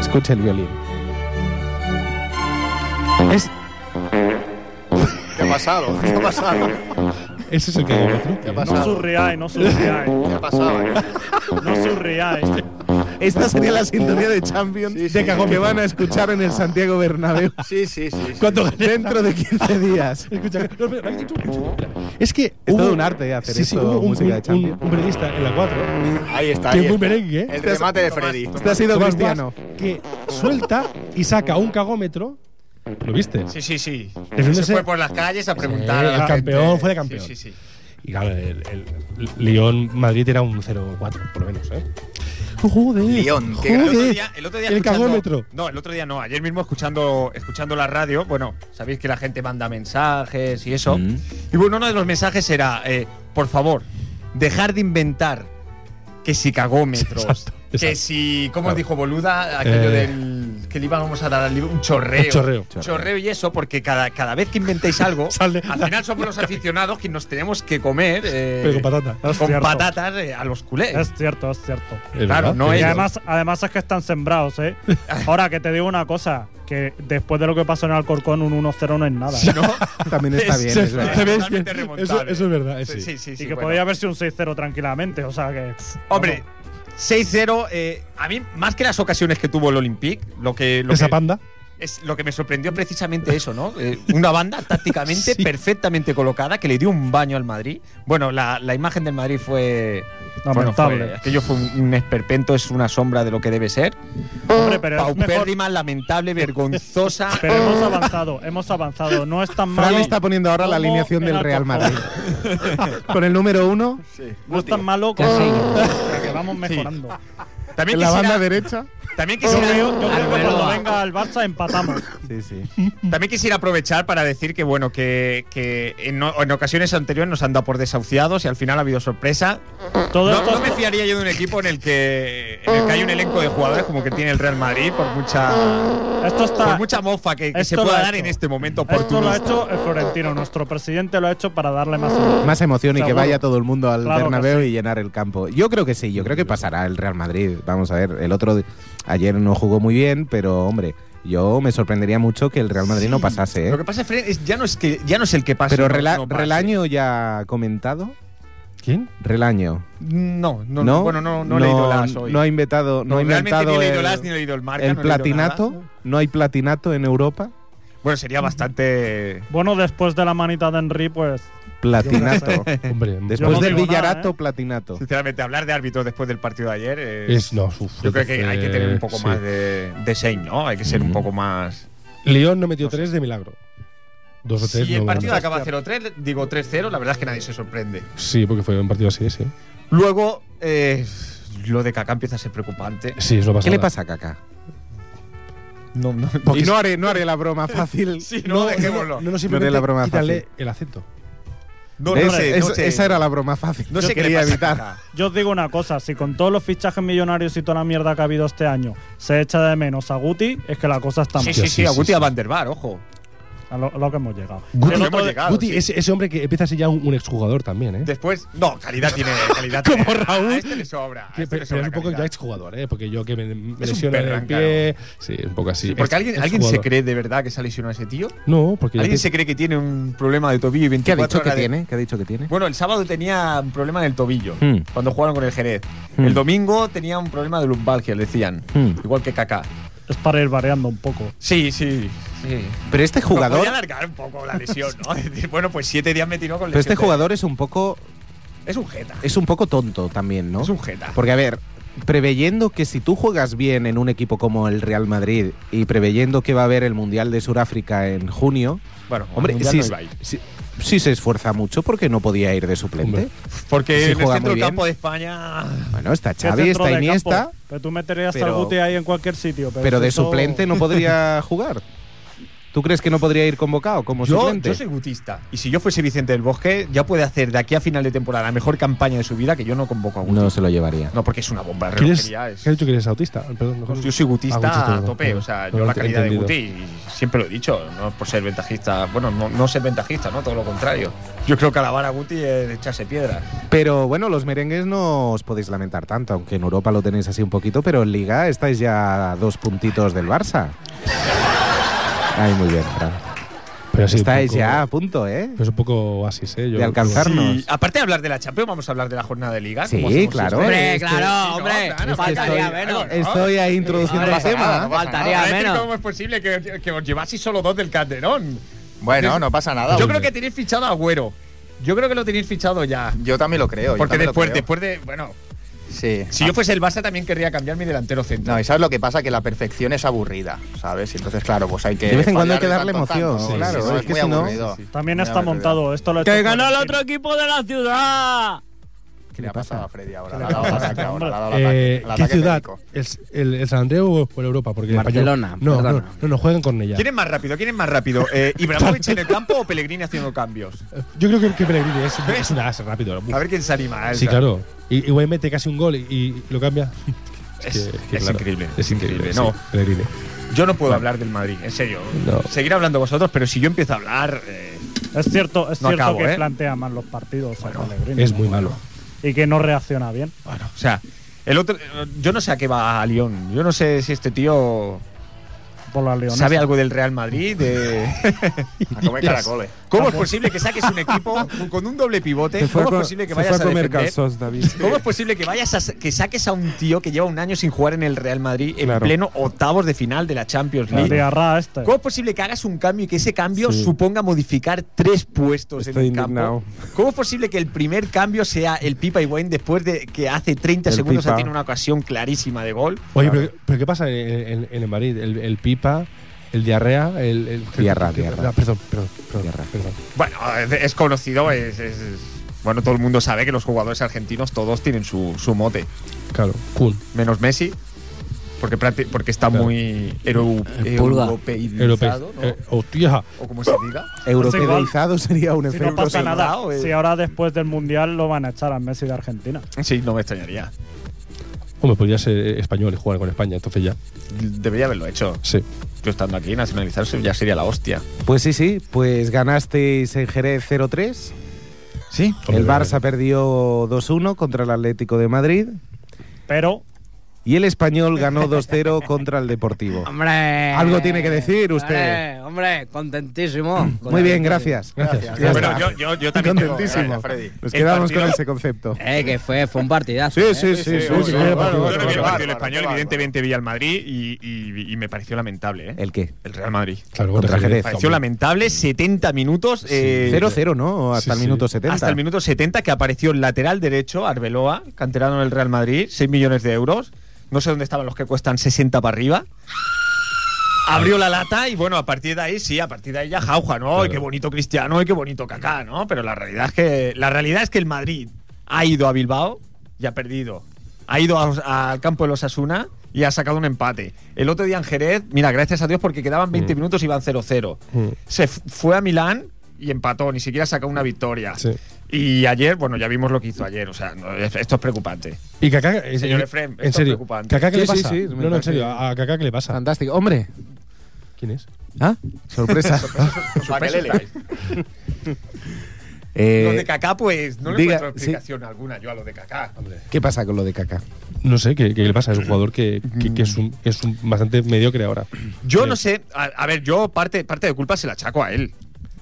[SPEAKER 1] Escucha el violín.
[SPEAKER 4] Es,
[SPEAKER 7] ¿Qué ha pasado? ¿Qué ha pasado?
[SPEAKER 4] ese es el cagómetro.
[SPEAKER 7] ¿Qué ha
[SPEAKER 5] No
[SPEAKER 7] pasado?
[SPEAKER 1] eh,
[SPEAKER 5] surriáis, no surriáis.
[SPEAKER 7] ¿Qué ha pasado?
[SPEAKER 5] No eh. surriáis.
[SPEAKER 1] Esta sería la sintonía de Champions
[SPEAKER 7] Sí, sí.
[SPEAKER 1] de cagón que van a escuchar en el Santiago Bernabéu
[SPEAKER 7] Sí, sí, sí. sí.
[SPEAKER 4] Cuando
[SPEAKER 1] dentro de 15 días.
[SPEAKER 4] Escucha, no, espera, espera, espera. es que.
[SPEAKER 1] Es
[SPEAKER 4] hubo-
[SPEAKER 1] todo un arte hacer
[SPEAKER 4] sí, sí,
[SPEAKER 1] esto,
[SPEAKER 4] hubo un,
[SPEAKER 1] música de
[SPEAKER 4] un-
[SPEAKER 1] Champions.
[SPEAKER 4] un periodista en la 4
[SPEAKER 7] Ahí está.
[SPEAKER 4] que
[SPEAKER 7] ahí
[SPEAKER 4] es muy
[SPEAKER 7] está.
[SPEAKER 4] merengue. ¿eh?
[SPEAKER 7] El remate de Freddy.
[SPEAKER 1] Este ha sido
[SPEAKER 4] Tomás
[SPEAKER 1] Cristiano.
[SPEAKER 4] Bach, que suelta y saca un cagómetro. ¿Lo viste?
[SPEAKER 3] Sí, sí, sí.
[SPEAKER 4] Defiéndose.
[SPEAKER 3] Se fue por las calles a preguntar a
[SPEAKER 4] Sí,
[SPEAKER 3] la
[SPEAKER 4] Eh, el
[SPEAKER 3] gente.
[SPEAKER 4] campeón, fue de campeón.
[SPEAKER 3] Sí, sí, sí.
[SPEAKER 4] Y claro, el, Lyon-Madrid era un 0-4, por lo menos. ¿eh? Joder.
[SPEAKER 7] Lyon, qué
[SPEAKER 4] joder.
[SPEAKER 7] gran-
[SPEAKER 3] El otro día, el otro día
[SPEAKER 4] El
[SPEAKER 3] escuchando-
[SPEAKER 4] cagómetro.
[SPEAKER 3] No, el otro día no. Ayer mismo escuchando, escuchando la radio, bueno, sabéis que la gente manda mensajes y eso.
[SPEAKER 4] Mm.
[SPEAKER 3] Y bueno, uno de los mensajes era, eh, por favor, dejar de inventar que si cagómetros,
[SPEAKER 4] Exacto,
[SPEAKER 3] que
[SPEAKER 4] exacto.
[SPEAKER 3] si, ¿cómo
[SPEAKER 4] Claro.
[SPEAKER 3] dijo Boluda? Aquello
[SPEAKER 4] Eh.
[SPEAKER 3] del que le íbamos a dar al libro, un chorreo.
[SPEAKER 4] Un chorreo.
[SPEAKER 3] Chorreo y eso, porque cada, cada vez que inventáis algo,
[SPEAKER 4] Sale
[SPEAKER 3] al
[SPEAKER 4] la-
[SPEAKER 3] final somos los aficionados que nos tenemos que comer eh,
[SPEAKER 4] Pero con patata.
[SPEAKER 5] Es
[SPEAKER 3] con
[SPEAKER 5] cierto.
[SPEAKER 3] patatas eh, a los culés.
[SPEAKER 5] Es cierto, es cierto.
[SPEAKER 3] Claro, no
[SPEAKER 5] Y
[SPEAKER 3] ellos.
[SPEAKER 5] además, además es que están sembrados, ¿eh? Ahora que te digo una cosa, que después de lo que pasó en Alcorcón, un 1-0 no es nada. ¿eh?
[SPEAKER 1] También está bien, es verdad.
[SPEAKER 4] Se ve
[SPEAKER 3] Totalmente
[SPEAKER 4] bien. Eso-
[SPEAKER 3] remontable.
[SPEAKER 4] eso es verdad, eh, sí.
[SPEAKER 5] y que
[SPEAKER 3] bueno.
[SPEAKER 5] podía haber sido un 6-0 tranquilamente, o sea que. pff,
[SPEAKER 3] Hombre,
[SPEAKER 5] vamos.
[SPEAKER 3] 6-0, eh, a mí, más que las ocasiones que tuvo el Olympique, lo que, lo
[SPEAKER 4] Esa
[SPEAKER 3] que,
[SPEAKER 4] panda.
[SPEAKER 3] es lo que me sorprendió precisamente eso, ¿no? Eh, una banda tácticamente
[SPEAKER 4] Sí.
[SPEAKER 3] perfectamente colocada que le dio un baño al Madrid. Bueno, la, la imagen del Madrid fue. bueno, fue-
[SPEAKER 5] Lamentable.
[SPEAKER 3] aquello fue un, un esperpento, es una sombra de lo que debe ser.
[SPEAKER 5] Hombre, pero es mejor.
[SPEAKER 3] Paupérrima, lamentable, vergonzosa.
[SPEAKER 5] Pero hemos avanzado, hemos avanzado. No es tan
[SPEAKER 1] Fran
[SPEAKER 5] malo.
[SPEAKER 1] está poniendo ahora la
[SPEAKER 5] como
[SPEAKER 1] alineación
[SPEAKER 5] el
[SPEAKER 1] del Real
[SPEAKER 5] Alcorcón.
[SPEAKER 1] Madrid. Con el número uno,
[SPEAKER 5] No es tan malo como. que vamos mejorando.
[SPEAKER 3] también
[SPEAKER 1] en la
[SPEAKER 3] quisiera,
[SPEAKER 1] banda derecha.
[SPEAKER 3] también
[SPEAKER 5] Yo
[SPEAKER 3] quisiera-
[SPEAKER 5] creo, yo creo que cuando
[SPEAKER 2] Alberto.
[SPEAKER 5] venga el Barça empatamos.
[SPEAKER 1] Sí, sí.
[SPEAKER 3] También quisiera aprovechar para decir que, bueno, que, que en, o- en ocasiones anteriores nos han dado por desahuciados y al final ha habido sorpresa.
[SPEAKER 5] Todo
[SPEAKER 3] No,
[SPEAKER 5] esto
[SPEAKER 3] no me fiaría yo de un equipo en el que, en el que hay un elenco de jugadores como que tiene el Real Madrid por mucha,
[SPEAKER 5] Esto está.
[SPEAKER 3] por mucha mofa que, que se
[SPEAKER 5] esto lo
[SPEAKER 3] pueda
[SPEAKER 5] ha
[SPEAKER 3] dar en
[SPEAKER 5] hecho.
[SPEAKER 3] este momento
[SPEAKER 5] esto lo ha
[SPEAKER 3] oportunista.
[SPEAKER 5] hecho el Florentino, nuestro presidente lo ha hecho para darle más. emoción.
[SPEAKER 1] Más emoción y que
[SPEAKER 5] Seguro.
[SPEAKER 1] vaya todo el mundo al
[SPEAKER 5] Claro que
[SPEAKER 1] Bernabéu
[SPEAKER 5] sí.
[SPEAKER 1] y llenar el campo. Yo creo que sí, yo creo que pasará el Real Madrid. Vamos a ver, el otro di- ayer no jugó muy bien, pero hombre, yo me sorprendería mucho que el Real Madrid no pasase. ¿eh?
[SPEAKER 3] Lo que pasa Fred, es ya no es que ya no es el que pasa.
[SPEAKER 1] Pero Rela- Relaño ya ha comentado.
[SPEAKER 4] ¿Quién?
[SPEAKER 1] Relaño.
[SPEAKER 3] No, no,
[SPEAKER 1] ¿No?
[SPEAKER 3] bueno, no, no, he leído las hoy.
[SPEAKER 1] no ha inventado, no, ha
[SPEAKER 3] realmente
[SPEAKER 1] inventado
[SPEAKER 3] ni he leído
[SPEAKER 1] el,
[SPEAKER 3] las ni he leído el marca.
[SPEAKER 1] el
[SPEAKER 3] no he leído
[SPEAKER 1] platinato.
[SPEAKER 3] nada.
[SPEAKER 1] No hay platinato en Europa.
[SPEAKER 3] Bueno, sería bastante.
[SPEAKER 5] Bueno, después de la manita de Henry, pues.
[SPEAKER 1] Platinato.
[SPEAKER 4] Hombre,
[SPEAKER 1] Después
[SPEAKER 5] no
[SPEAKER 1] del
[SPEAKER 5] digo nada,
[SPEAKER 1] Villarato,
[SPEAKER 5] ¿eh?
[SPEAKER 1] platinato.
[SPEAKER 3] Sinceramente, hablar de árbitros después del partido de ayer. eh,
[SPEAKER 4] es, no, uf,
[SPEAKER 3] yo creo que hay que tener un poco
[SPEAKER 4] sí.
[SPEAKER 3] más de, de sein, ¿no? Hay que ser un poco más.
[SPEAKER 4] Lyon no metió tres de milagro. Dos o tres.
[SPEAKER 3] Si el
[SPEAKER 4] no,
[SPEAKER 3] partido
[SPEAKER 4] no.
[SPEAKER 3] acaba 0-3, digo 3-0, la verdad es que nadie se sorprende.
[SPEAKER 4] Sí, porque fue un partido así, sí.
[SPEAKER 3] Luego, eh, lo de Kaká empieza a ser preocupante.
[SPEAKER 4] Sí, es una
[SPEAKER 1] ¿Qué le
[SPEAKER 4] pasada.
[SPEAKER 1] pasa a Kaká?
[SPEAKER 3] No, no,
[SPEAKER 1] Y no haré, no haré la broma fácil.
[SPEAKER 3] ¿eh? sí, no, dejémoslo.
[SPEAKER 4] No, no,
[SPEAKER 1] No
[SPEAKER 4] simplemente
[SPEAKER 1] era la broma
[SPEAKER 4] quítale el acento.
[SPEAKER 3] No,
[SPEAKER 1] ¿Ves?
[SPEAKER 3] no sé, no
[SPEAKER 1] Es-
[SPEAKER 3] sé.
[SPEAKER 1] Esa era la broma fácil.
[SPEAKER 3] No
[SPEAKER 1] que
[SPEAKER 3] sé qué
[SPEAKER 1] quería
[SPEAKER 3] le pasa
[SPEAKER 1] evitar.
[SPEAKER 3] acá.
[SPEAKER 5] Yo os digo una cosa, si con todos los fichajes millonarios y toda la mierda que ha habido este año se echa de menos a Guti, es que la cosa está mal.
[SPEAKER 3] Sí, sí, sí, a Guti a Van der Vaart, ojo.
[SPEAKER 5] A lo, a lo que hemos llegado.
[SPEAKER 3] Guti,
[SPEAKER 5] El otro
[SPEAKER 3] no hemos
[SPEAKER 5] día-
[SPEAKER 3] llegado.
[SPEAKER 4] Guti,
[SPEAKER 3] sí.
[SPEAKER 4] ese, ese hombre que empieza a ser ya un, un exjugador también, ¿eh?
[SPEAKER 3] Después, no, calidad tiene, calidad tiene.
[SPEAKER 4] Como Raúl.
[SPEAKER 3] A este le sobra. a
[SPEAKER 4] Que-
[SPEAKER 3] este
[SPEAKER 4] pero
[SPEAKER 3] le
[SPEAKER 4] pero
[SPEAKER 3] sobra
[SPEAKER 4] es un poco
[SPEAKER 3] calidad.
[SPEAKER 4] ya exjugador, ¿eh? Porque yo que me, me
[SPEAKER 3] Es un
[SPEAKER 4] lesiono en
[SPEAKER 3] perra,
[SPEAKER 4] el pie. Sí, un poco así.
[SPEAKER 3] Sí, porque
[SPEAKER 4] Ex-
[SPEAKER 3] alguien, alguien se
[SPEAKER 4] exjugador.
[SPEAKER 3] cree de verdad que se ha lesionado ese tío.
[SPEAKER 4] No, porque.
[SPEAKER 3] ¿Alguien
[SPEAKER 4] yo-
[SPEAKER 3] se cree que tiene un problema de tobillo y
[SPEAKER 6] ¿Qué ha
[SPEAKER 3] 24
[SPEAKER 6] dicho que
[SPEAKER 3] horas de-
[SPEAKER 6] tiene? ¿Qué ha dicho que tiene?
[SPEAKER 3] Bueno, el sábado tenía un problema en el tobillo,
[SPEAKER 6] Hmm.
[SPEAKER 3] cuando jugaron con el Jerez.
[SPEAKER 6] Hmm.
[SPEAKER 3] El domingo tenía un problema de lumbalgia, le decían.
[SPEAKER 6] Hmm.
[SPEAKER 3] Igual que Kaká.
[SPEAKER 5] Es para ir variando un poco.
[SPEAKER 3] Sí, sí, sí.
[SPEAKER 1] Pero este
[SPEAKER 3] Jugador.
[SPEAKER 1] jugador,
[SPEAKER 3] alargar un poco la lesión, ¿no? Decir, bueno, pues siete días me tiró con
[SPEAKER 1] pero
[SPEAKER 3] lesión.
[SPEAKER 1] este jugador es un poco,
[SPEAKER 3] Es un jeta.
[SPEAKER 1] es un poco tonto también, ¿no?
[SPEAKER 3] Es un jeta.
[SPEAKER 1] Porque a ver, preveyendo que si tú juegas bien en un equipo como el Real Madrid y preveyendo que va a haber el Mundial de Sudáfrica en junio,
[SPEAKER 3] Bueno,
[SPEAKER 1] hombre,
[SPEAKER 3] al Mundial
[SPEAKER 1] si,
[SPEAKER 3] no iba a ir.
[SPEAKER 1] si- si se esfuerza mucho porque no podía ir de suplente.
[SPEAKER 4] Hombre.
[SPEAKER 3] Porque
[SPEAKER 1] si
[SPEAKER 3] en el
[SPEAKER 1] juega
[SPEAKER 3] centro
[SPEAKER 1] muy
[SPEAKER 3] del
[SPEAKER 1] bien.
[SPEAKER 3] campo de España.
[SPEAKER 1] Bueno, está
[SPEAKER 5] ¿Qué
[SPEAKER 1] Xavi,
[SPEAKER 5] centro
[SPEAKER 1] está
[SPEAKER 5] de
[SPEAKER 1] Iniesta,
[SPEAKER 5] campo? Pero tú meterías al
[SPEAKER 1] pero-
[SPEAKER 5] Guti ahí en cualquier sitio. Pero,
[SPEAKER 1] pero de
[SPEAKER 5] Pues eso-
[SPEAKER 1] suplente no podría jugar. ¿Tú crees que no podría ir convocado como
[SPEAKER 3] Yo,
[SPEAKER 1] suplente?
[SPEAKER 3] yo soy gutista. Y si yo fuese Vicente del Bosque, ya puede hacer de aquí a final de temporada la mejor campaña de su vida que yo no convoco a Guti.
[SPEAKER 1] No se lo llevaría.
[SPEAKER 3] No, porque es una bomba de
[SPEAKER 4] ¿Quién es-
[SPEAKER 3] relojería, es-
[SPEAKER 4] ¿Qué ha dicho que eres autista? Perdón, mejor-
[SPEAKER 3] Yo soy
[SPEAKER 4] Ah,
[SPEAKER 3] gutista
[SPEAKER 4] gutista,
[SPEAKER 3] a
[SPEAKER 4] perdón,
[SPEAKER 3] tope, o sea, yo
[SPEAKER 4] perdón,
[SPEAKER 3] la
[SPEAKER 4] te-
[SPEAKER 3] calidad de
[SPEAKER 4] entendido.
[SPEAKER 3] Guti, y siempre lo he dicho, no por ser ventajista, bueno, no, no ser ventajista, ¿no? Todo lo contrario. Yo creo que alabar a Guti es echarse piedra.
[SPEAKER 1] Pero bueno, los merengues no os podéis lamentar tanto, aunque en Europa lo tenéis así un poquito, pero en Liga estáis ya a dos puntitos del Barça. Ay, muy bien, Fran.
[SPEAKER 4] Pero sí, un
[SPEAKER 1] estáis
[SPEAKER 4] poco-
[SPEAKER 1] ya a punto, ¿eh?
[SPEAKER 4] Pero es un poco oasis, ¿eh? Yo-
[SPEAKER 1] De alcanzar. Carlos.
[SPEAKER 3] Y aparte de hablar de la Champions, vamos a hablar de la jornada de Liga.
[SPEAKER 1] Sí,
[SPEAKER 3] como hacemos
[SPEAKER 1] claro.
[SPEAKER 3] siempre.
[SPEAKER 2] Hombre,
[SPEAKER 1] es que-
[SPEAKER 2] claro, Ah, hombre.
[SPEAKER 3] no, no,
[SPEAKER 2] faltaría
[SPEAKER 1] estoy-
[SPEAKER 2] menos.
[SPEAKER 1] Estoy ahí introduciendo
[SPEAKER 2] Hombre,
[SPEAKER 1] el tema.
[SPEAKER 2] no faltaría
[SPEAKER 3] Ahora, es que
[SPEAKER 2] menos.
[SPEAKER 3] ¿Cómo es posible que, que os llevaseis solo dos del Calderón?
[SPEAKER 7] Bueno, no pasa nada.
[SPEAKER 3] Yo creo que tenéis fichado a Agüero. Yo creo que lo tenéis fichado ya.
[SPEAKER 7] Yo también lo creo. yo
[SPEAKER 3] Porque
[SPEAKER 7] también lo
[SPEAKER 3] después,
[SPEAKER 7] creo.
[SPEAKER 3] después de. Bueno,
[SPEAKER 7] Sí.
[SPEAKER 3] si yo fuese el Barça también querría cambiar mi delantero centro.
[SPEAKER 7] No, y sabes lo que pasa, que la perfección es aburrida, ¿sabes? Y entonces, claro, pues hay que.
[SPEAKER 1] De vez en cuando hay que
[SPEAKER 7] fallarle
[SPEAKER 1] darle
[SPEAKER 7] tanto,
[SPEAKER 1] emoción,
[SPEAKER 7] tanto,
[SPEAKER 4] sí,
[SPEAKER 7] ¿no?
[SPEAKER 4] claro,
[SPEAKER 1] es
[SPEAKER 7] es
[SPEAKER 1] que
[SPEAKER 7] muy
[SPEAKER 1] si no-
[SPEAKER 7] aburrido.
[SPEAKER 5] También
[SPEAKER 7] Muy
[SPEAKER 5] está
[SPEAKER 7] aburrido.
[SPEAKER 5] montado. Esto lo he hecho
[SPEAKER 2] ¡Que ganó el
[SPEAKER 5] Florentino.
[SPEAKER 2] otro equipo de la ciudad!
[SPEAKER 7] ¿Qué le ha pasado a Freddy ahora?
[SPEAKER 5] ¿Qué le
[SPEAKER 7] Le ha dado
[SPEAKER 5] pasa?
[SPEAKER 7] ataque ahora, le ha dado el ataque,
[SPEAKER 4] Eh,
[SPEAKER 7] el ataque
[SPEAKER 4] ¿Qué ciudad?
[SPEAKER 7] médico.
[SPEAKER 4] ¿El, el, el San Andreu o el Europa? Porque el español-
[SPEAKER 2] Barcelona,
[SPEAKER 4] No, no,
[SPEAKER 2] perdona.
[SPEAKER 4] no, no, juegan con ella.
[SPEAKER 3] ¿Quién es más rápido? ¿Quién es más rápido? Eh, ¿Ibrahimovic en el campo o Pellegrini haciendo cambios?
[SPEAKER 4] Yo creo que, que Pellegrini es, es un as rápido.
[SPEAKER 3] A ver quién se
[SPEAKER 7] eh,
[SPEAKER 3] anima. Elsa.
[SPEAKER 4] Sí, claro. Y, y Güey mete casi un gol y, y lo cambia.
[SPEAKER 3] Es,
[SPEAKER 4] que- que
[SPEAKER 3] es
[SPEAKER 4] claro,
[SPEAKER 3] increíble.
[SPEAKER 4] Es increíble,
[SPEAKER 3] No,
[SPEAKER 4] sí, Pellegrini.
[SPEAKER 3] yo no puedo hablar del Madrid, en serio.
[SPEAKER 4] No.
[SPEAKER 3] Seguir hablando vosotros, pero si yo empiezo a hablar. eh,
[SPEAKER 5] Es cierto, es
[SPEAKER 3] No
[SPEAKER 5] cierto
[SPEAKER 3] acabo,
[SPEAKER 5] que
[SPEAKER 3] ¿eh?
[SPEAKER 5] plantea mal los partidos a Pellegrini.
[SPEAKER 4] Es muy malo.
[SPEAKER 5] Y que no reacciona bien.
[SPEAKER 3] bueno, o sea, el otro. Yo no sé a qué va a Lyon. Yo no sé si este tío
[SPEAKER 5] Por la leonesa.
[SPEAKER 3] sabe algo del Real Madrid. de-
[SPEAKER 7] A comer caracoles.
[SPEAKER 3] ¿Cómo es posible que saques un equipo con un doble pivote?
[SPEAKER 6] Se fue
[SPEAKER 3] ¿Cómo es
[SPEAKER 6] a co-
[SPEAKER 3] posible que
[SPEAKER 6] se fue
[SPEAKER 3] vayas
[SPEAKER 6] a
[SPEAKER 3] a
[SPEAKER 6] comer
[SPEAKER 3] defender?
[SPEAKER 6] calzos, David.
[SPEAKER 3] ¿Cómo es posible que vayas a, que saques a un tío que lleva un año sin jugar en el Real Madrid en
[SPEAKER 6] Claro.
[SPEAKER 3] pleno octavos de final de la Champions
[SPEAKER 5] El de
[SPEAKER 3] League?
[SPEAKER 5] Arra este.
[SPEAKER 3] ¿Cómo es posible que hagas un cambio y que ese cambio
[SPEAKER 6] Sí.
[SPEAKER 3] suponga modificar tres puestos
[SPEAKER 6] Estoy
[SPEAKER 3] en el
[SPEAKER 6] indignado.
[SPEAKER 3] campo? ¿Cómo es posible que el primer cambio sea el Pipa y Wayne después de que hace 30
[SPEAKER 6] El
[SPEAKER 3] segundos
[SPEAKER 6] Pipa.
[SPEAKER 3] tiene una ocasión clarísima de gol?
[SPEAKER 4] Oye, pero, pero ¿qué pasa en, en- en el Madrid? El, el Pipa, el Diarrea, el. el
[SPEAKER 1] Diarra,
[SPEAKER 4] que- que-
[SPEAKER 1] Diarra.
[SPEAKER 4] no, perdón, perdón. perdón,
[SPEAKER 1] Diarra.
[SPEAKER 4] perdón.
[SPEAKER 3] Bueno, es- es conocido, es, es- es- bueno, todo el mundo sabe que los jugadores argentinos todos tienen su, su mote,
[SPEAKER 4] Claro, cool.
[SPEAKER 3] menos Messi. Porque, prácti- porque está
[SPEAKER 4] Claro.
[SPEAKER 3] muy euro-
[SPEAKER 7] Eh,
[SPEAKER 2] El pulga.
[SPEAKER 3] europeizado,
[SPEAKER 4] Europeo.
[SPEAKER 3] ¿no?
[SPEAKER 4] Eh, hostia.
[SPEAKER 3] O como se diga.
[SPEAKER 1] Europeizado sería un
[SPEAKER 5] Si
[SPEAKER 1] efecto.
[SPEAKER 5] no pasa
[SPEAKER 3] Euro
[SPEAKER 5] nada.
[SPEAKER 3] soldado, eh.
[SPEAKER 5] Si ahora después del Mundial lo van a echar a Messi de Argentina.
[SPEAKER 3] Sí, no me extrañaría.
[SPEAKER 4] Hombre, podría ser Pues español y jugar con España, entonces ya.
[SPEAKER 3] Debería haberlo hecho.
[SPEAKER 4] Sí.
[SPEAKER 3] Yo estando aquí, nacionalizarse ya sería la hostia.
[SPEAKER 1] Pues sí, sí, pues ganasteis en Jerez 0-3.
[SPEAKER 3] Sí.
[SPEAKER 1] El
[SPEAKER 4] Hombre,
[SPEAKER 1] Barça perdió 2-1 contra el Atlético de Madrid.
[SPEAKER 5] Pero
[SPEAKER 1] Y el Español ganó 2-0 contra el Deportivo.
[SPEAKER 2] ¡Hombre!
[SPEAKER 1] Algo tiene que decir
[SPEAKER 2] Hombre,
[SPEAKER 1] usted.
[SPEAKER 2] hombre, contentísimo.
[SPEAKER 1] Muy bien, gracias.
[SPEAKER 4] Gracias.
[SPEAKER 1] Ya
[SPEAKER 3] Bueno,
[SPEAKER 1] está.
[SPEAKER 3] yo, yo, yo también. tengo-
[SPEAKER 1] Contentísimo.
[SPEAKER 7] Gracias, Freddy.
[SPEAKER 1] Nos
[SPEAKER 3] El
[SPEAKER 1] quedamos con
[SPEAKER 3] partido-
[SPEAKER 1] ese concepto.
[SPEAKER 2] Eh, que fue, fue un partidazo.
[SPEAKER 1] Sí,
[SPEAKER 2] eh.
[SPEAKER 1] sí, sí, sí, sí.
[SPEAKER 4] sí,
[SPEAKER 3] Yo
[SPEAKER 4] partido.
[SPEAKER 3] no vi el
[SPEAKER 7] Bárbaro,
[SPEAKER 3] partido del español,
[SPEAKER 7] bárbaro.
[SPEAKER 3] evidentemente vi al Madrid y, y- y me pareció lamentable. ¿eh?
[SPEAKER 1] ¿El qué?
[SPEAKER 3] El Real Madrid.
[SPEAKER 4] Claro,
[SPEAKER 1] Contra
[SPEAKER 4] contra
[SPEAKER 1] Jerez.
[SPEAKER 3] Me pareció
[SPEAKER 4] hombre.
[SPEAKER 3] lamentable, 70 minutos. eh,
[SPEAKER 1] 0-0, ¿no? Hasta
[SPEAKER 4] sí,
[SPEAKER 1] el minuto
[SPEAKER 4] sí.
[SPEAKER 1] 70.
[SPEAKER 3] Hasta el minuto 70 que apareció el lateral derecho, Arbeloa, canterano del Real Madrid, 6 millones de euros. No sé dónde estaban los que cuestan 60 para arriba. Abrió la lata y bueno, a partir de ahí sí, a partir de ahí ya jauja, ¿no? Y
[SPEAKER 4] Claro.
[SPEAKER 3] qué bonito Cristiano, y qué bonito Kaká, ¿no? Pero la realidad es que la realidad es que el Madrid ha ido a Bilbao y ha perdido. Ha ido a- al campo de los Asuna y ha sacado un empate. El otro día en Jerez, mira, gracias a Dios porque quedaban 20 minutos y iban 0-0.
[SPEAKER 4] Mm.
[SPEAKER 3] Se f- fue a Milán y empató, ni siquiera sacó una victoria.
[SPEAKER 4] Sí.
[SPEAKER 3] Y ayer, bueno, ya vimos lo que hizo ayer, o sea, no, es- esto es preocupante.
[SPEAKER 4] Y Kaká, eh,
[SPEAKER 3] Señor
[SPEAKER 4] eh,
[SPEAKER 3] Efrem, esto
[SPEAKER 4] en
[SPEAKER 3] es
[SPEAKER 4] serio,
[SPEAKER 3] preocupante.
[SPEAKER 4] ¿Kaká qué
[SPEAKER 1] Sí,
[SPEAKER 4] le
[SPEAKER 1] sí,
[SPEAKER 4] pasa?
[SPEAKER 1] sí, me
[SPEAKER 4] no, no, en
[SPEAKER 1] parece-
[SPEAKER 4] serio, a a Kaká qué le pasa?
[SPEAKER 1] Fantástico. Hombre,
[SPEAKER 4] ¿Quién es?
[SPEAKER 1] ¿ah? Sorpresa.
[SPEAKER 3] Lo
[SPEAKER 1] Eh,
[SPEAKER 3] de Kaká, pues no le
[SPEAKER 1] diga-
[SPEAKER 3] encuentro
[SPEAKER 1] sí.
[SPEAKER 3] explicación alguna yo a lo de Kaká.
[SPEAKER 1] ¿Qué pasa con lo de caca?
[SPEAKER 4] No sé, ¿qué, qué le pasa? Es un jugador que, que- que es, un, que es un bastante mediocre ahora.
[SPEAKER 3] Yo
[SPEAKER 4] Creo.
[SPEAKER 3] no sé, a, a ver, yo parte, parte de culpa se la achaco a él.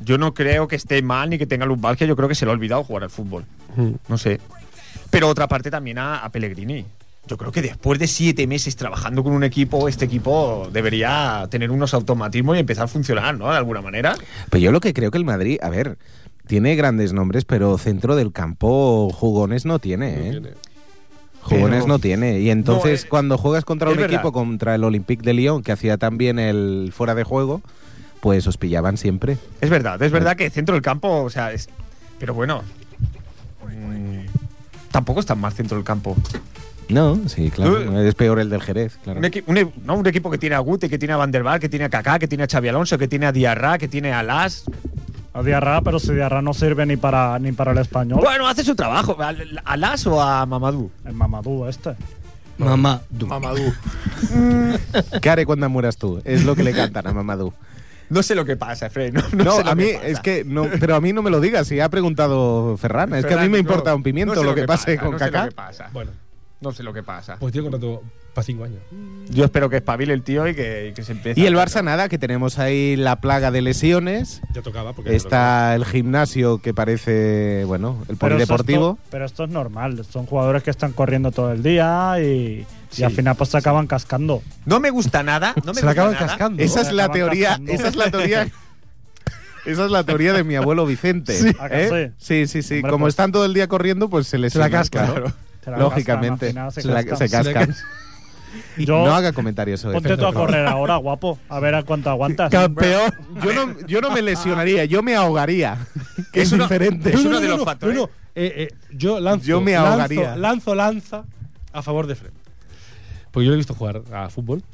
[SPEAKER 3] Yo no creo que esté mal ni que tenga lumbalgia, yo creo que se le ha olvidado jugar al fútbol.
[SPEAKER 1] Hmm.
[SPEAKER 4] Mm.
[SPEAKER 3] No sé. Pero otra parte también a, a Pellegrini. Yo creo que después de siete meses trabajando con un equipo, este equipo debería tener unos automatismos y empezar a funcionar, ¿no? De alguna manera.
[SPEAKER 1] Pero yo lo que creo que el Madrid, a ver, tiene grandes nombres, pero centro del campo jugones no tiene, ¿eh? Jugones
[SPEAKER 3] Pero-
[SPEAKER 1] no tiene. Y entonces
[SPEAKER 3] No, eh,
[SPEAKER 1] cuando juegas contra
[SPEAKER 3] es
[SPEAKER 1] un
[SPEAKER 3] verdad.
[SPEAKER 1] equipo, contra el Olympique de Lyon, que hacía también el fuera de juego, pues os pillaban siempre.
[SPEAKER 3] Es verdad, es verdad que centro del campo, o sea, es. Pero bueno. mm, Tampoco está mal centro del campo.
[SPEAKER 1] No, sí, claro.
[SPEAKER 3] Eh.
[SPEAKER 1] Es peor el del Jerez, claro.
[SPEAKER 3] Un, equi- un e- no, un equipo que tiene a Gute, que tiene a Van der Vaart, que tiene a Kaká, que tiene a Xavi Alonso, que tiene a Diarra, que tiene a Las.
[SPEAKER 5] A Diarra, pero si Diarra no sirve ni para, ni para el español,
[SPEAKER 3] Bueno, hace su trabajo. ¿A, a Las o a Mamadou?
[SPEAKER 5] el Mamadou este.
[SPEAKER 2] Mamá.
[SPEAKER 7] Mamadou.
[SPEAKER 1] Care cuando mueras tú. Es lo que le cantan a Mamadou.
[SPEAKER 3] No sé lo que pasa, Fred. No, no
[SPEAKER 1] No,
[SPEAKER 3] sé lo
[SPEAKER 1] a mí
[SPEAKER 3] que pasa.
[SPEAKER 1] es que no, pero a mí no me lo digas. Si ha preguntado Ferran, es que a mí
[SPEAKER 3] Ferran, no,
[SPEAKER 1] me importa un pimiento
[SPEAKER 3] no sé
[SPEAKER 1] lo que pase
[SPEAKER 3] pasa,
[SPEAKER 1] con
[SPEAKER 3] no sé lo
[SPEAKER 1] Kaká.
[SPEAKER 3] que pasa.
[SPEAKER 4] Bueno,
[SPEAKER 3] No sé lo que pasa.
[SPEAKER 4] pues tiene contrato para cinco años.
[SPEAKER 3] Yo espero que espabile el tío y que, y que se empiece.
[SPEAKER 1] Y el
[SPEAKER 3] a-
[SPEAKER 1] Barça nada, que tenemos ahí la plaga de lesiones.
[SPEAKER 4] Ya tocaba porque
[SPEAKER 1] Está el gimnasio que parece, bueno, el
[SPEAKER 5] Pero eso es
[SPEAKER 1] polideportivo.
[SPEAKER 5] to- pero esto es normal, son jugadores que están corriendo todo el día y, y
[SPEAKER 3] Sí.
[SPEAKER 5] al final pues se acaban cascando.
[SPEAKER 3] No me gusta nada. No me
[SPEAKER 4] se
[SPEAKER 3] gusta
[SPEAKER 4] la acaban
[SPEAKER 3] nada.
[SPEAKER 4] cascando.
[SPEAKER 1] Esa es la
[SPEAKER 5] Acaban
[SPEAKER 1] teoría,
[SPEAKER 5] cascando.
[SPEAKER 1] esa es la teoría. Esa es la teoría de mi abuelo Vicente.
[SPEAKER 5] Sí. ¿A que
[SPEAKER 1] ¿eh? Sí, sí, sí.
[SPEAKER 5] Hombre,
[SPEAKER 1] Como
[SPEAKER 5] pues-
[SPEAKER 1] están todo el día corriendo, pues se les
[SPEAKER 4] Se la casca.
[SPEAKER 5] Se la
[SPEAKER 1] Lógicamente.
[SPEAKER 5] cascan, al final se
[SPEAKER 1] se, la-
[SPEAKER 5] cascan.
[SPEAKER 1] se cascan.
[SPEAKER 5] Yo-
[SPEAKER 1] No haga comentarios sobre
[SPEAKER 5] Ponte tú a
[SPEAKER 1] esto.
[SPEAKER 5] correr ahora, guapo, a ver a cuánto aguantas.
[SPEAKER 1] Campeón. Yo no, yo no me lesionaría, yo me ahogaría. Que es,
[SPEAKER 3] una-
[SPEAKER 1] diferente.
[SPEAKER 3] Es uno de los factores.
[SPEAKER 4] no, no. Eh, eh, yo lanzo,
[SPEAKER 1] Yo me ahogaría.
[SPEAKER 4] Lanzo, lanzo lanza a favor de Fred. Porque yo lo he visto jugar a fútbol.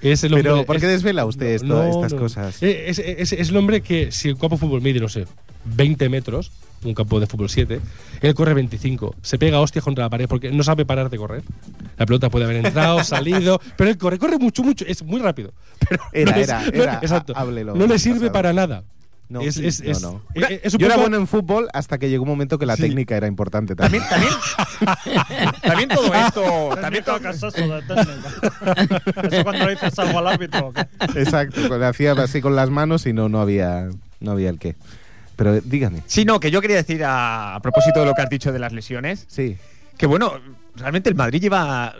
[SPEAKER 4] Es el hombre,
[SPEAKER 1] Pero, ¿por qué
[SPEAKER 4] es-
[SPEAKER 1] desvela usted esto-
[SPEAKER 4] no,
[SPEAKER 1] estas
[SPEAKER 4] no.
[SPEAKER 1] cosas?
[SPEAKER 4] Eh, Es, es- es el hombre que, si el campo de fútbol mide, no sé, 20 metros, un campo de fútbol 7, él corre 25, se pega hostias contra la pared porque no sabe parar de correr. La pelota puede haber entrado, salido, pero él corre, corre mucho, mucho, es muy rápido. Pero
[SPEAKER 1] Era,
[SPEAKER 4] no le-
[SPEAKER 1] era,
[SPEAKER 4] no le-
[SPEAKER 1] era,
[SPEAKER 4] exacto.
[SPEAKER 1] ha- háblelo,
[SPEAKER 4] No le sirve
[SPEAKER 1] pasado.
[SPEAKER 4] para nada.
[SPEAKER 1] No,
[SPEAKER 4] es, es-
[SPEAKER 1] no,
[SPEAKER 4] es-
[SPEAKER 1] no.
[SPEAKER 4] eh, es un
[SPEAKER 1] Yo era
[SPEAKER 4] poco-
[SPEAKER 1] bueno en fútbol hasta que llegó un momento que la
[SPEAKER 4] Sí.
[SPEAKER 1] técnica era importante también.
[SPEAKER 3] También, también, también todo esto. También todo,
[SPEAKER 5] ¿Qué es eso de técnica? Eso cuando dices algo al árbitro. ¿qué?
[SPEAKER 1] Exacto, cuando hacía así con las manos y no, no había no había el qué. Pero eh, dígame.
[SPEAKER 3] Sí, no, que yo quería decir a, a propósito de lo que has dicho de las lesiones,
[SPEAKER 1] Sí,
[SPEAKER 3] que bueno, realmente el Madrid lleva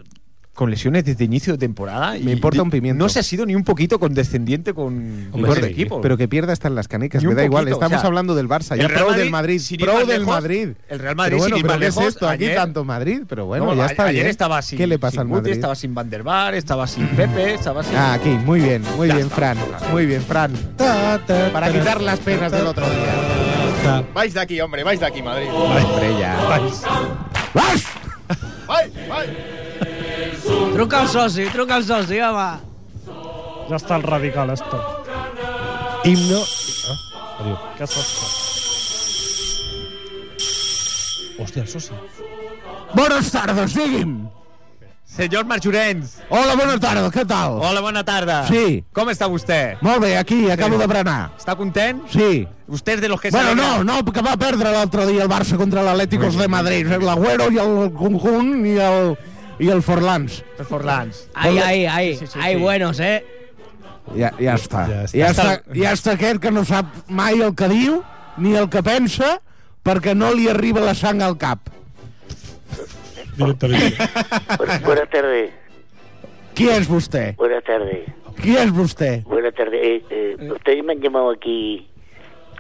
[SPEAKER 3] con lesiones desde inicio de temporada. y-
[SPEAKER 1] Me importa un pimiento.
[SPEAKER 3] No se ha sido ni un poquito condescendiente con, con
[SPEAKER 4] sí,
[SPEAKER 3] el equipo.
[SPEAKER 1] pero que pierda están las canicas,
[SPEAKER 3] Ni
[SPEAKER 1] me
[SPEAKER 3] un
[SPEAKER 1] da igual,
[SPEAKER 3] poquito,
[SPEAKER 1] estamos
[SPEAKER 3] o sea,
[SPEAKER 1] hablando del Barça,
[SPEAKER 3] el
[SPEAKER 1] yo
[SPEAKER 3] Real
[SPEAKER 1] pro
[SPEAKER 3] Madrid,
[SPEAKER 1] del Madrid,
[SPEAKER 3] sin ir
[SPEAKER 1] pro
[SPEAKER 3] más
[SPEAKER 1] del
[SPEAKER 3] lejos,
[SPEAKER 1] Madrid.
[SPEAKER 3] el Real Madrid,
[SPEAKER 1] Pero
[SPEAKER 3] sin
[SPEAKER 1] bueno,
[SPEAKER 3] ir
[SPEAKER 1] pero
[SPEAKER 3] más
[SPEAKER 1] ¿qué es
[SPEAKER 3] lejos,
[SPEAKER 1] esto? Aquí
[SPEAKER 3] ayer-
[SPEAKER 1] tanto Madrid, pero bueno,
[SPEAKER 3] No,
[SPEAKER 1] ya
[SPEAKER 3] a-
[SPEAKER 1] está
[SPEAKER 3] ayer
[SPEAKER 1] bien.
[SPEAKER 3] estaba sin,
[SPEAKER 1] ¿Qué le pasa
[SPEAKER 3] sin
[SPEAKER 1] al
[SPEAKER 3] Guti,
[SPEAKER 1] Madrid?
[SPEAKER 3] estaba sin Van der Vaart, estaba sin Pepe, estaba sin...
[SPEAKER 1] Ah, aquí, muy bien, muy
[SPEAKER 3] Ya
[SPEAKER 1] bien,
[SPEAKER 3] está.
[SPEAKER 1] Fran, muy bien, Fran.
[SPEAKER 4] Ta, ta,
[SPEAKER 1] Para
[SPEAKER 4] ta,
[SPEAKER 1] quitar las penas del otro día.
[SPEAKER 4] ta.
[SPEAKER 7] Vais de aquí, hombre, vais de aquí, Madrid.
[SPEAKER 1] Hombre, ya. ¡Vas!
[SPEAKER 7] Vais, vais.
[SPEAKER 2] Truca al soci, truca al soci, home.
[SPEAKER 5] Ya está el radical esto.
[SPEAKER 4] Himno. Ah, adiós.
[SPEAKER 5] ¿Qué es esto?
[SPEAKER 4] Hostia, el socio.
[SPEAKER 1] Buenos tardes, digui'm.
[SPEAKER 3] Señor Marchurens,
[SPEAKER 1] Hola, buenas tardes, ¿qué tal?
[SPEAKER 3] hola, buena tarde.
[SPEAKER 1] Sí.
[SPEAKER 3] ¿Cómo está usted?
[SPEAKER 1] Molt bé, aquí, acabo de berenar.
[SPEAKER 3] ¿Está content?
[SPEAKER 1] Sí.
[SPEAKER 3] ¿Usted es de los que se
[SPEAKER 1] Bueno,
[SPEAKER 3] alegra?
[SPEAKER 1] no, no, que va perdre l'altre dia el Barça contra l'Atlético de Madrid. El Agüero i el Concun i el, i el Forlans.
[SPEAKER 3] Los Forlans.
[SPEAKER 2] Ahí, ahí, ahí.
[SPEAKER 3] Sí, sí, sí,
[SPEAKER 2] ahí
[SPEAKER 3] sí.
[SPEAKER 2] buenos, eh.
[SPEAKER 1] Ja, ja està.
[SPEAKER 4] Ja està.
[SPEAKER 1] Ja està, ja està aquest que no sap mai el que diu ni el que pensa perquè no li arriba la sang al cap.
[SPEAKER 4] Directamente.
[SPEAKER 9] Buenas tardes,
[SPEAKER 1] Qui és vostè?
[SPEAKER 9] buenas tardes,
[SPEAKER 1] Qui és vostè?
[SPEAKER 9] buenas tardes. Eh, eh, ustedes me han llamado aquí,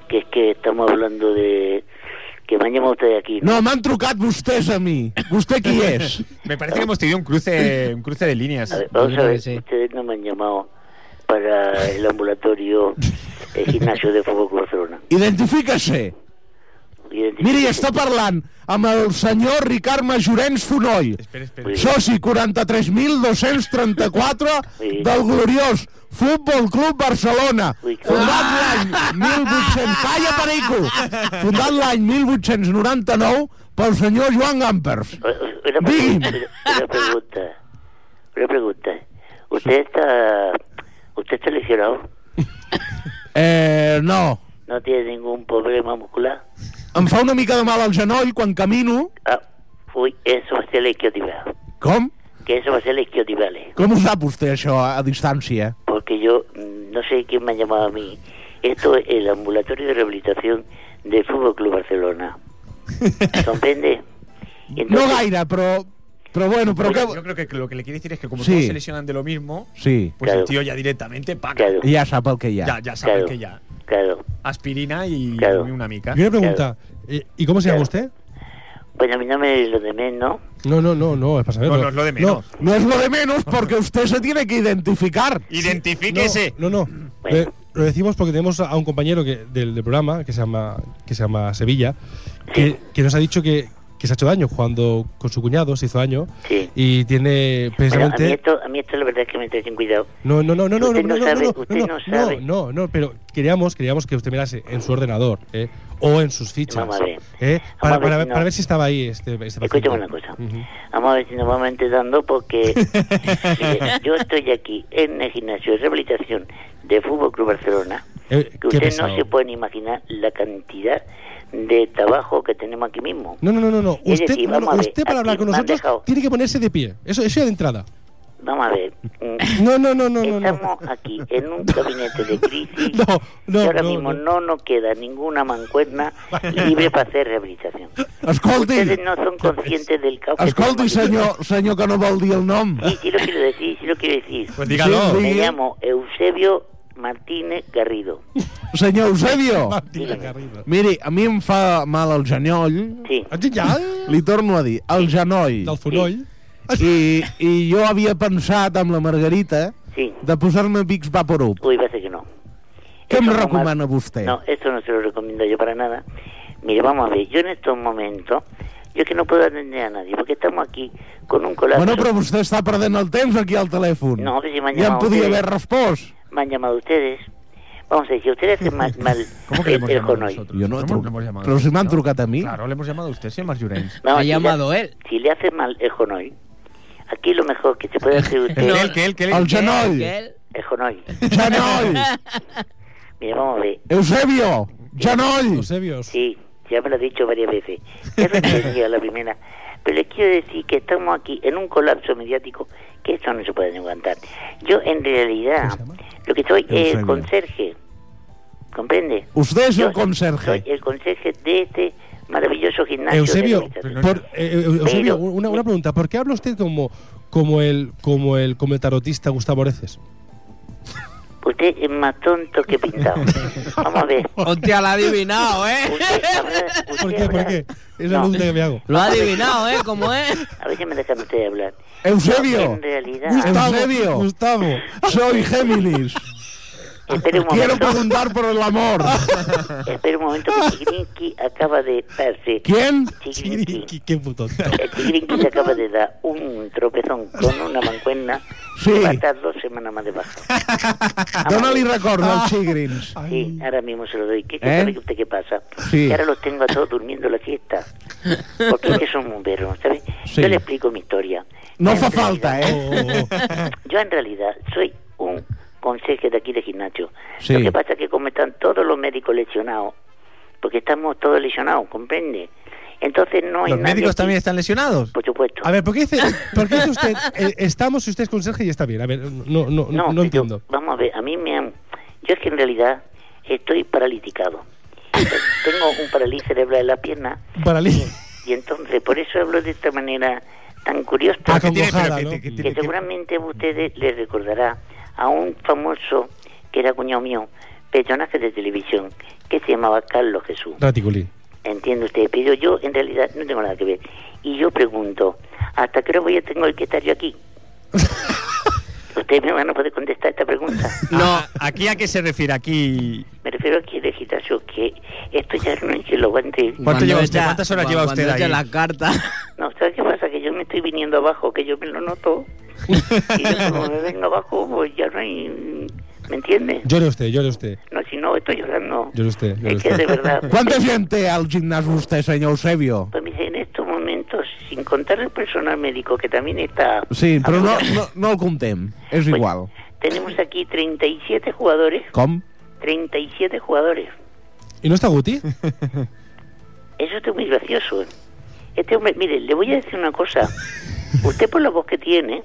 [SPEAKER 9] que es que estamos hablando de... Que me han llamado ustedes aquí.
[SPEAKER 1] No, m'han trucat vostès a mi. Vostè qui és?
[SPEAKER 3] Me parece que hemos tenido un cruce, un cruce de líneas.
[SPEAKER 9] A ver, vamos
[SPEAKER 2] Yo
[SPEAKER 9] a
[SPEAKER 2] creo
[SPEAKER 9] ver,
[SPEAKER 2] que sí.
[SPEAKER 9] ustedes no me han llamado para el ambulatorio, el gimnasio de Fútbol Club Barcelona.
[SPEAKER 1] Identifica-se.
[SPEAKER 10] Miri, està parlant amb el senyor Ricard Majorens Fonoll, soci 43.234 del gloriós Futbol Club Barcelona, fundat l'any 1800... Calla, perico! Fundat l'any 1899 pel senyor Joan Gampers.
[SPEAKER 9] Una,
[SPEAKER 10] Digui'm.
[SPEAKER 9] pregunta, una pregunta. Una pregunta. ¿Usted está, usted está lesionado?
[SPEAKER 10] Eh, no,
[SPEAKER 9] ¿No tiene ningún problema muscular?
[SPEAKER 10] em fa una mica de mal al genoll quan camino.
[SPEAKER 9] Ah, uy, eso va a ser el isquiotibial.
[SPEAKER 10] Com?
[SPEAKER 9] Que eso va a ser el isquiotibial.
[SPEAKER 10] Com ho sap vostè, això, a distància?
[SPEAKER 9] Porque yo mm, no sé quién me ha llamado a mí. Esto es el ambulatorio de rehabilitación del Fútbol Club Barcelona. ¿Comprende?
[SPEAKER 10] No gaire, però... Però bueno, però
[SPEAKER 3] Oye,
[SPEAKER 10] que...
[SPEAKER 3] Yo creo que lo que le quiere decir es que como
[SPEAKER 10] Sí.
[SPEAKER 3] todos se lesionan de lo mismo,
[SPEAKER 10] Sí,
[SPEAKER 3] pues
[SPEAKER 9] Claro.
[SPEAKER 3] el tío ya directamente paga.
[SPEAKER 9] Claro,
[SPEAKER 10] ja sap el que hi ha.
[SPEAKER 3] Ya, ya sabe
[SPEAKER 9] Claro.
[SPEAKER 3] que ya.
[SPEAKER 9] claro.
[SPEAKER 3] Aspirina y
[SPEAKER 9] Claro.
[SPEAKER 3] una mica.
[SPEAKER 4] Y una pregunta. eh, ¿Y cómo se llama usted?
[SPEAKER 9] Bueno, mi nombre es lo de menos, ¿no?
[SPEAKER 4] No, no, no, no, es para saberlo.
[SPEAKER 3] No, no es lo de menos.
[SPEAKER 10] No es lo de menos porque usted se tiene que identificar.
[SPEAKER 3] Identifíquese.
[SPEAKER 4] No, no. no.
[SPEAKER 9] Bueno.
[SPEAKER 4] Lo, lo decimos porque tenemos a un compañero que, del, del programa que se llama que se llama Sevilla que, que nos ha dicho que, que se ha hecho daño jugando con su cuñado, se hizo daño
[SPEAKER 9] Sí.
[SPEAKER 4] y
[SPEAKER 9] Bueno, a
[SPEAKER 4] tiene
[SPEAKER 9] mí
[SPEAKER 4] precisamente
[SPEAKER 9] esto, a mí esto la verdad es que me trae sin cuidado.
[SPEAKER 4] no, no, no, no, no, no,
[SPEAKER 9] Usted no
[SPEAKER 4] no, no,
[SPEAKER 9] sabe,
[SPEAKER 4] no,
[SPEAKER 9] usted
[SPEAKER 4] no,
[SPEAKER 9] no
[SPEAKER 4] no,
[SPEAKER 9] sabe.
[SPEAKER 4] no, no, pero queríamos, queríamos que usted mirase en su ordenador eh, o en sus fichas
[SPEAKER 9] Vamos a ver.
[SPEAKER 4] eh,
[SPEAKER 9] Vamos a
[SPEAKER 4] para,
[SPEAKER 9] ver
[SPEAKER 4] para,
[SPEAKER 9] si
[SPEAKER 4] ver-
[SPEAKER 9] no.
[SPEAKER 4] para ver si estaba ahí este, este
[SPEAKER 9] Escúchame
[SPEAKER 4] paciente.
[SPEAKER 9] una cosa.
[SPEAKER 4] Ujú.
[SPEAKER 9] Vamos a ver si nos vamos enterando porque mire, yo estoy aquí en el gimnasio de rehabilitación de Fútbol Club Barcelona.
[SPEAKER 4] Eh,
[SPEAKER 9] Que
[SPEAKER 4] qué
[SPEAKER 9] ustedes
[SPEAKER 4] pesado.
[SPEAKER 9] no se pueden imaginar la cantidad de trabajo que tenemos aquí mismo.
[SPEAKER 4] No, no, no, no, no.
[SPEAKER 9] Es
[SPEAKER 4] Usted,
[SPEAKER 9] decir,
[SPEAKER 4] no, no,
[SPEAKER 9] vamos a ver,
[SPEAKER 4] usted para
[SPEAKER 9] aquí
[SPEAKER 4] hablar con
[SPEAKER 9] me han
[SPEAKER 4] nosotros
[SPEAKER 9] dejado.
[SPEAKER 4] tiene que ponerse de pie. Eso, eso ya de entrada.
[SPEAKER 9] Vamos a ver. mm,
[SPEAKER 4] No, no, no, no, no. no.
[SPEAKER 9] Estamos aquí en un gabinete de crisis
[SPEAKER 4] No, no,
[SPEAKER 9] y ahora
[SPEAKER 4] no,
[SPEAKER 9] mismo no.
[SPEAKER 4] no.
[SPEAKER 9] nos queda ninguna mancuerna libre para hacer rehabilitación. Ustedes
[SPEAKER 10] Escolti,
[SPEAKER 9] no son conscientes del caos. que
[SPEAKER 10] escolti,
[SPEAKER 9] tenemos aquí.
[SPEAKER 10] senyor, senyor que no vol dir el nom.
[SPEAKER 9] Sí, sí lo quiero decir, sí lo quiero decir.
[SPEAKER 3] Pues dígalo.
[SPEAKER 10] Sí,
[SPEAKER 9] Me
[SPEAKER 10] digui.
[SPEAKER 9] llamo Eusebio Martínez Garrido.
[SPEAKER 10] Senyor Eusebio,
[SPEAKER 4] Martina Garrido.
[SPEAKER 10] miri, a mi em fa mal el genoll.
[SPEAKER 9] Sí.
[SPEAKER 4] Has dit ja?
[SPEAKER 10] Li torno a dir, el genoll.
[SPEAKER 4] Del fonoll.
[SPEAKER 10] I, I jo havia pensat amb la Margarita
[SPEAKER 9] Sí.
[SPEAKER 10] de posar-me Vicks Vaporub.
[SPEAKER 9] Uy, va a ser que no.
[SPEAKER 10] ¿Qué
[SPEAKER 9] Eso
[SPEAKER 10] me
[SPEAKER 9] no más-
[SPEAKER 10] recomana usted?
[SPEAKER 9] No, eso no se lo recomiendo yo para nada. Mire, vamos a ver, yo en estos momentos, yo es que no puedo atender a nadie, porque estamos aquí con un colapso.
[SPEAKER 10] Bueno, però vostè està perdent el temps aquí al telèfon.
[SPEAKER 9] No, que si m'han
[SPEAKER 10] Ja em
[SPEAKER 9] llamat
[SPEAKER 10] podia
[SPEAKER 9] ustedes.
[SPEAKER 10] haver respost.
[SPEAKER 9] Me han llamado ustedes. Vamos a decir, ustedes hacen mal, mal
[SPEAKER 3] ¿Cómo que le hemos
[SPEAKER 9] el
[SPEAKER 3] llamado
[SPEAKER 9] conoy.
[SPEAKER 3] nosotros?
[SPEAKER 10] Jo no he
[SPEAKER 3] hemos-
[SPEAKER 10] trucat.
[SPEAKER 3] hemos llamado
[SPEAKER 10] Però si
[SPEAKER 3] nosotros,
[SPEAKER 10] m'han
[SPEAKER 3] ¿no?
[SPEAKER 10] trucat a mi.
[SPEAKER 3] Claro, le hemos llamado a usted, si el Marc Llorens.
[SPEAKER 9] Vamos,
[SPEAKER 2] Ha
[SPEAKER 9] si le-
[SPEAKER 2] llamado él.
[SPEAKER 9] Si le hace mal el conoy, aquí lo mejor que se puede hacer usted
[SPEAKER 2] No.
[SPEAKER 3] Que él, que él, que él.
[SPEAKER 10] El
[SPEAKER 2] Que él-
[SPEAKER 10] genoll.
[SPEAKER 2] que él-
[SPEAKER 9] el conoy.
[SPEAKER 10] Genoll!
[SPEAKER 9] Mire, vamos a ver,
[SPEAKER 10] Eusebio! Genoll!
[SPEAKER 4] Eusebios.
[SPEAKER 9] Sí, ya me lo he dicho varias veces. Es referencia a la primera. Pero les quiero decir que estamos aquí en un colapso mediático que esto no se puede aguantar. Yo, en realidad, lo que soy es el
[SPEAKER 10] Eusebio.
[SPEAKER 9] conserje. ¿Comprende?
[SPEAKER 10] Usted es
[SPEAKER 9] Yo
[SPEAKER 10] el
[SPEAKER 9] Soy
[SPEAKER 10] conserje.
[SPEAKER 9] el conserje de este maravilloso gimnasio.
[SPEAKER 4] Eusebio,
[SPEAKER 9] de
[SPEAKER 3] Pero
[SPEAKER 9] rehabilitación.
[SPEAKER 3] no-
[SPEAKER 4] por- eh, Eusebio,
[SPEAKER 9] Pero-
[SPEAKER 4] una, una pregunta. ¿Por qué habla usted como, como, el, como, el, como el tarotista Gustavo Areces?
[SPEAKER 9] Usted es más tonto que pintado. Vamos a ver.
[SPEAKER 2] Hostia, lo ha adivinado, ¿eh?
[SPEAKER 9] Usted habrá- usted
[SPEAKER 4] ¿Por qué? ¿Por
[SPEAKER 9] habrá-
[SPEAKER 4] qué? Es la
[SPEAKER 9] No,
[SPEAKER 4] pregunta que me hago.
[SPEAKER 2] Lo ha adivinado, ¿eh? ¿Cómo es?
[SPEAKER 9] A ver si me dejan ustedes hablar. Yo,
[SPEAKER 10] Eusebio!
[SPEAKER 9] en realidad,
[SPEAKER 10] Eusebio!
[SPEAKER 4] Gustavo.
[SPEAKER 10] Soy Géminis.
[SPEAKER 9] espere un
[SPEAKER 10] Quiero
[SPEAKER 9] momento.
[SPEAKER 10] preguntar por el amor.
[SPEAKER 9] Espera un momento que Chirinqui acaba de darse.
[SPEAKER 10] ¿Quién?
[SPEAKER 9] Chirinqui.
[SPEAKER 4] Qué puto.
[SPEAKER 9] El Chirinqui se acaba de dar un tropezón con una mancuerna
[SPEAKER 10] Sí.
[SPEAKER 9] que va a estar dos semanas más debajo.
[SPEAKER 10] Dóna-li record dels Chigrins.
[SPEAKER 9] Sí, ahora mismo se lo doy. ¿Qué, qué
[SPEAKER 10] ¿Eh?
[SPEAKER 9] sabe usted qué pasa?
[SPEAKER 10] Sí.
[SPEAKER 9] Que ahora los tengo a todos durmiendo la siesta. Porque es que son muy perros, ¿sabes?
[SPEAKER 10] Sí.
[SPEAKER 9] Yo le explico mi historia.
[SPEAKER 10] No
[SPEAKER 9] En
[SPEAKER 10] fa
[SPEAKER 9] realidad-
[SPEAKER 10] falta, eh?
[SPEAKER 4] Oh.
[SPEAKER 9] Yo en realidad soy un conserje de aquí de gimnasio.
[SPEAKER 10] Sí.
[SPEAKER 9] Lo que pasa es que como están todos los médicos lesionados, porque estamos todos lesionados, ¿comprende? Entonces no hay
[SPEAKER 3] ¿Los
[SPEAKER 9] nadie
[SPEAKER 3] médicos
[SPEAKER 9] aquí,
[SPEAKER 3] también están lesionados?
[SPEAKER 9] Por supuesto.
[SPEAKER 4] A ver, ¿por qué dice, por qué dice usted eh, estamos si usted es conserje y está bien? A ver, no, no, no,
[SPEAKER 9] pero
[SPEAKER 4] entiendo.
[SPEAKER 9] Vamos a ver, a mí me han... Yo es que en realidad estoy paraliticado. Tengo un parálisis cerebral en la pierna
[SPEAKER 4] Para mí.
[SPEAKER 9] y entonces por eso hablo de esta manera tan curiosa.
[SPEAKER 4] Ah,
[SPEAKER 3] ¿Qué tiene-
[SPEAKER 4] Acongojada,
[SPEAKER 3] pero
[SPEAKER 4] ¿no?
[SPEAKER 3] qué- qué- qué-
[SPEAKER 9] que seguramente a ustedes les recordará a un famoso que era cuñado mío, personaje de televisión, que se llamaba Carlos Jesús.
[SPEAKER 4] Raticulín.
[SPEAKER 9] Entiende usted, pero yo en realidad no tengo nada que ver. Y yo pregunto, ¿hasta qué hora voy a tener que estar yo aquí? Ustedes me van a poder contestar esta pregunta.
[SPEAKER 3] No, ¿aquí a qué se refiere? Aquí.
[SPEAKER 9] Me refiero a que legislación, que esto ya no es que lo aguante.
[SPEAKER 3] ¿Cuánto lleva usted? ¿Cuántas horas lleva usted ahí?
[SPEAKER 9] carta. No, ¿sabes qué pasa? Que yo me estoy viniendo abajo, que yo me lo noto. y yo como me vengo abajo, pues ya no hay... ¿Me entiendes?
[SPEAKER 4] Llore usted, llore usted.
[SPEAKER 9] No, si no, estoy llorando.
[SPEAKER 4] Llore usted, llore
[SPEAKER 9] Es que de
[SPEAKER 4] usted.
[SPEAKER 9] verdad...
[SPEAKER 10] ¿Cuánta gente al gimnasio usted, señor Eusebio?
[SPEAKER 9] Pues mire, en estos momentos, sin contar el personal médico, que también está...
[SPEAKER 10] Sí, però no, no, no el comptem. És igual.
[SPEAKER 9] Tenemos aquí 37 jugadores,
[SPEAKER 10] Com?
[SPEAKER 9] 37 jugadores.
[SPEAKER 4] ¿Y no está Guti?
[SPEAKER 9] Eso está muy gracioso. Este hombre, mire, le voy a decir una cosa. Usted por la voz que tiene,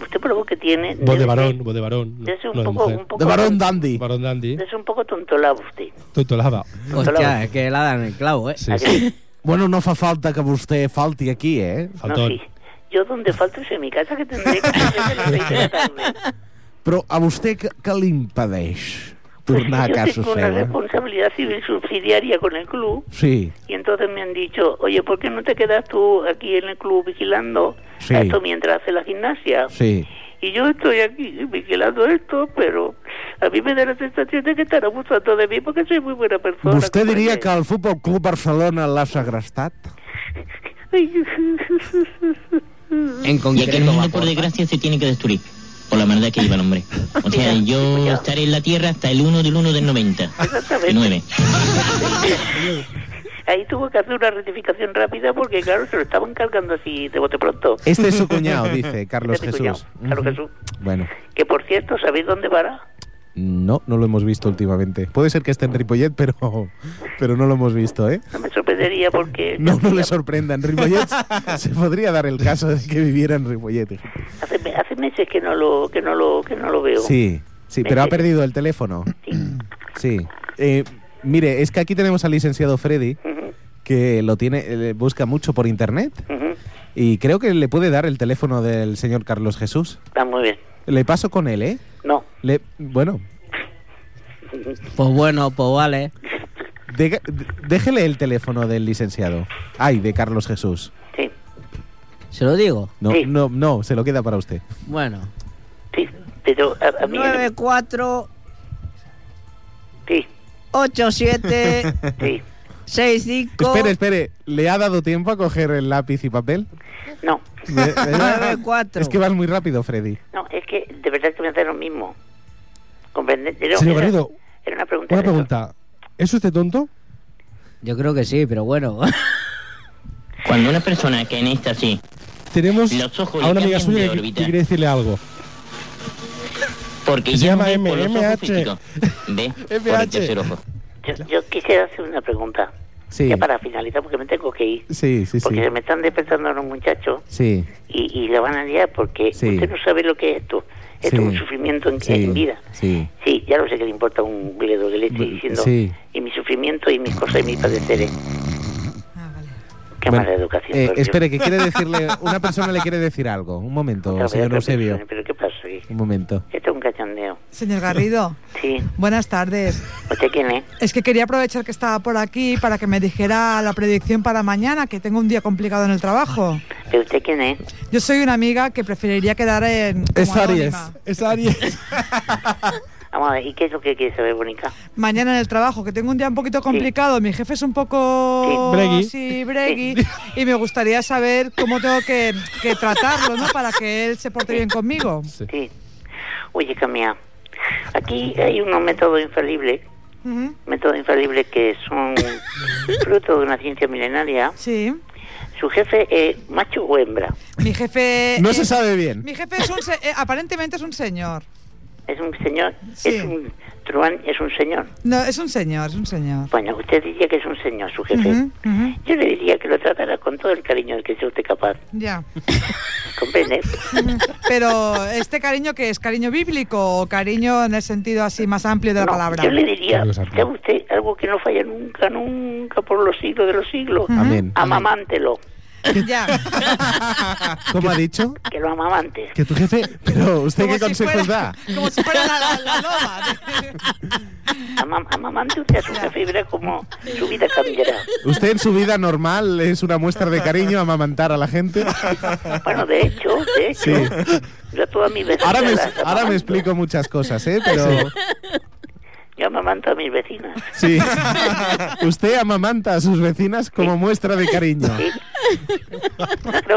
[SPEAKER 9] usted por la voz que tiene,
[SPEAKER 4] voz de varón, voz de varón.
[SPEAKER 9] debe ser un
[SPEAKER 4] no de
[SPEAKER 9] poco-
[SPEAKER 4] mujer.
[SPEAKER 9] un poco- De varón
[SPEAKER 10] dandy.
[SPEAKER 4] Varón dandy.
[SPEAKER 9] es un poco tontolado usted.
[SPEAKER 4] Tontolava.
[SPEAKER 9] eh.
[SPEAKER 2] Hostia, es que la dan el clavo, ¿eh?
[SPEAKER 4] Sí,
[SPEAKER 10] Bueno, no fa falta que vostè falti aquí, eh?
[SPEAKER 9] No, sí. Yo donde falto es en mi casa que tendré que hacer a las seis de la tarde.
[SPEAKER 10] Però a vostè que, que li impedeix tornar a
[SPEAKER 9] Yo
[SPEAKER 10] casa
[SPEAKER 9] tengo una
[SPEAKER 10] seva?
[SPEAKER 9] responsabilidad civil subsidiaria con el club
[SPEAKER 10] Sí,
[SPEAKER 9] y entonces me han dicho, oye, ¿por qué no te quedas tú aquí en el club vigilando
[SPEAKER 10] Sí.
[SPEAKER 9] esto mientras hace la gimnasia?
[SPEAKER 10] sí.
[SPEAKER 9] Y yo estoy aquí vigilando esto, pero a mí me da la sensación de que están abusando de mí porque soy muy buena persona.
[SPEAKER 10] Vostè diria que el Futbol Club Barcelona l'ha segrestat?
[SPEAKER 2] En
[SPEAKER 11] y aquel mundo, por desgracia, se tiene que destruir. Por la maldad que lleva el hombre. O sea, yo estaré en la Tierra hasta el 1 del 1 del 90.
[SPEAKER 9] Exactamente.
[SPEAKER 11] 9.
[SPEAKER 9] Ahí tuvo que hacer una rectificación rápida porque, claro, se lo estaban cargando así de bote pronto.
[SPEAKER 1] Este es su cuñado, dice Carlos
[SPEAKER 9] Este es mi
[SPEAKER 1] Jesús.
[SPEAKER 9] cuñado, Carlos Jesús.
[SPEAKER 1] Bueno,
[SPEAKER 9] Que, por cierto, ¿sabéis dónde para?
[SPEAKER 1] no, no lo hemos visto últimamente. Puede ser que esté en Ripollet, pero, pero no lo hemos visto, ¿eh?
[SPEAKER 9] No me sorprendería porque
[SPEAKER 1] No, no le sorprenda. En Ripollet se podría dar el caso de que viviera en Ripollet.
[SPEAKER 9] hace, me- hace meses que no lo que no lo que no lo veo.
[SPEAKER 1] Sí, sí, pero ha perdido el teléfono. Sí. Eh, mire, es que aquí tenemos al licenciado Freddy, que lo tiene, eh, busca mucho por internet.
[SPEAKER 9] Ujú.
[SPEAKER 1] Y creo que le puede dar el teléfono del señor Carlos Jesús.
[SPEAKER 9] Está muy bien.
[SPEAKER 1] Le paso con él, ¿eh?
[SPEAKER 9] No.
[SPEAKER 1] Le, bueno,
[SPEAKER 2] Pues bueno, pues vale.
[SPEAKER 1] de- de- déjele el teléfono del licenciado. Ay, de Carlos Jesús.
[SPEAKER 9] Sí.
[SPEAKER 2] ¿Se lo digo?
[SPEAKER 1] No, no, no, se lo queda para usted.
[SPEAKER 2] Bueno.
[SPEAKER 9] Pero a, a mí
[SPEAKER 2] 94
[SPEAKER 9] Sí.
[SPEAKER 2] 87
[SPEAKER 9] Sí.
[SPEAKER 2] 65
[SPEAKER 1] Espere, espere, ¿le ha dado tiempo a coger el lápiz y papel?
[SPEAKER 9] No.
[SPEAKER 1] Me- me-
[SPEAKER 2] 94.
[SPEAKER 1] Es que vas muy rápido, Freddy.
[SPEAKER 9] no, es que de verdad que me hace lo mismo. ¿Comprende? Era,
[SPEAKER 4] Señor
[SPEAKER 9] era-
[SPEAKER 4] Garrido,
[SPEAKER 9] era una pregunta.
[SPEAKER 4] una
[SPEAKER 9] de eso.
[SPEAKER 4] pregunta. ¿Es usted tonto?
[SPEAKER 2] Yo creo que sí, pero bueno.
[SPEAKER 11] Cuando una persona que en esta sí.
[SPEAKER 4] Tenemos
[SPEAKER 11] Los ojos
[SPEAKER 4] a una
[SPEAKER 11] le
[SPEAKER 4] amiga
[SPEAKER 11] cambian de
[SPEAKER 4] suya que,
[SPEAKER 11] órbita.
[SPEAKER 4] que quiere decirle algo.
[SPEAKER 11] Porque
[SPEAKER 4] Que se
[SPEAKER 11] ya
[SPEAKER 4] llama
[SPEAKER 11] ve
[SPEAKER 4] M,
[SPEAKER 11] por los ojos
[SPEAKER 4] MH.
[SPEAKER 11] físicos. Ve por el tercer ojo.
[SPEAKER 9] Yo, yo quisiera hacer una pregunta.
[SPEAKER 1] Sí.
[SPEAKER 9] Ya para finalizar, porque me tengo que ir.
[SPEAKER 1] Sí, sí,
[SPEAKER 9] Porque
[SPEAKER 1] sí.
[SPEAKER 9] se me están despertando los muchachos
[SPEAKER 1] Sí.
[SPEAKER 9] y, y la van a liar porque
[SPEAKER 1] Sí.
[SPEAKER 9] usted no sabe lo que es esto. Esto
[SPEAKER 1] Sí.
[SPEAKER 9] es un sufrimiento en,
[SPEAKER 1] Sí.
[SPEAKER 9] en vida.
[SPEAKER 1] Sí.
[SPEAKER 9] Sí, ya lo sé que le importa un bledo que le estoy diciendo.
[SPEAKER 1] sí.
[SPEAKER 9] Y mi sufrimiento y mis cosas y mis padeceres. Qué
[SPEAKER 1] Bueno,
[SPEAKER 9] mala educación.
[SPEAKER 1] eh,
[SPEAKER 9] por Dios.
[SPEAKER 1] espere, que quiere decirle. Una persona le quiere decir algo. Un momento,
[SPEAKER 9] Otra vez, Eh,
[SPEAKER 1] señor
[SPEAKER 9] otra
[SPEAKER 1] Eusebio.
[SPEAKER 9] persona, Pero ¿qué pasa aquí?
[SPEAKER 1] Un momento.
[SPEAKER 9] Esto es un cachondeo.
[SPEAKER 12] Señor Garrido,
[SPEAKER 9] Sí.
[SPEAKER 12] buenas tardes.
[SPEAKER 9] ¿Usted quién es?
[SPEAKER 12] Es que quería aprovechar que estaba por aquí para que me dijera la predicción para mañana, que tengo un día complicado en el trabajo.
[SPEAKER 9] ¿Pero usted quién es?
[SPEAKER 12] Yo soy una amiga que preferiría quedar en... como anónima.
[SPEAKER 4] Es Aries.
[SPEAKER 9] Vamos a ver, ¿y qué es lo que quiere saber, Bonica?
[SPEAKER 12] Mañana en el trabajo, que tengo un día un poquito complicado. Mi jefe es un poco...
[SPEAKER 9] Sí. Bregui.
[SPEAKER 12] así, bregui. Y me gustaría saber cómo tengo que, que tratarlo, ¿no? Para que él se porte bien conmigo.
[SPEAKER 9] Sí. Oye, Camila, aquí hay unos métodos infalibles,
[SPEAKER 12] Ujú.
[SPEAKER 9] métodos infalibles que son fruto de una ciencia milenaria.
[SPEAKER 12] Sí.
[SPEAKER 9] ¿Su jefe es macho o hembra?
[SPEAKER 12] Mi jefe...
[SPEAKER 9] No
[SPEAKER 12] es-
[SPEAKER 9] se sabe bien.
[SPEAKER 12] Mi jefe es un... se- eh, aparentemente es un señor.
[SPEAKER 9] Es un señor, es un truán, es un señor.
[SPEAKER 12] No, es un señor, es un señor.
[SPEAKER 9] Bueno, usted diría que es un señor, su jefe.
[SPEAKER 12] Ujú, ujú.
[SPEAKER 9] Yo le diría que lo tratara con todo el cariño del que sea usted capaz.
[SPEAKER 12] Ya.
[SPEAKER 9] ¿Comprende? ¿eh?
[SPEAKER 12] Ujú. Pero este cariño que es cariño bíblico o cariño en el sentido así más amplio de la palabra.
[SPEAKER 9] Yo le diría, ¿sabe usted algo que no falla nunca, nunca por los siglos de los siglos?
[SPEAKER 12] Ujú. Amén.
[SPEAKER 9] Amamántelo.
[SPEAKER 12] Ya.
[SPEAKER 1] ¿Cómo ha dicho?
[SPEAKER 9] Que lo amaba antes.
[SPEAKER 1] Que tu jefe. Pero, ¿usted qué consejos da?
[SPEAKER 12] Como si fuera la, la, la loba.
[SPEAKER 9] Amam- Amamante usted a su jefe y verá cómo su vida cambiará.
[SPEAKER 1] ¿Usted en su vida normal es una muestra de cariño amamantar a la gente?
[SPEAKER 9] Bueno, de hecho, de hecho,
[SPEAKER 1] Sí.
[SPEAKER 9] yo a todas mis vecinas
[SPEAKER 1] Ahora me,
[SPEAKER 9] las
[SPEAKER 1] ahora me
[SPEAKER 9] amamanto.
[SPEAKER 1] explico muchas cosas, ¿eh? Pero.
[SPEAKER 9] Yo amamanto a mis vecinas.
[SPEAKER 1] Sí. Usted amamanta a sus vecinas como muestra de cariño.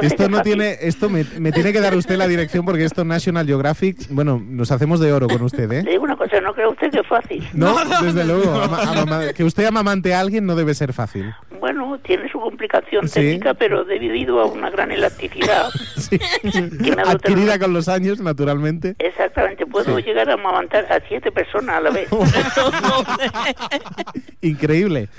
[SPEAKER 1] Esto no tiene, esto me, me tiene que dar usted la dirección porque esto National Geographic, bueno, nos hacemos de oro con usted,
[SPEAKER 9] Le
[SPEAKER 1] ¿eh?
[SPEAKER 9] digo una cosa, no creo usted que es fácil.
[SPEAKER 1] No, desde luego, ama- amama- que usted amamante a alguien no debe ser fácil.
[SPEAKER 9] Bueno, tiene su complicación
[SPEAKER 1] Sí.
[SPEAKER 9] técnica, pero debido a una gran elasticidad,
[SPEAKER 1] Sí. Adquirida con los años, naturalmente.
[SPEAKER 9] exactamente, puedo llegar a amamantar a siete personas a la vez.
[SPEAKER 1] Increíble.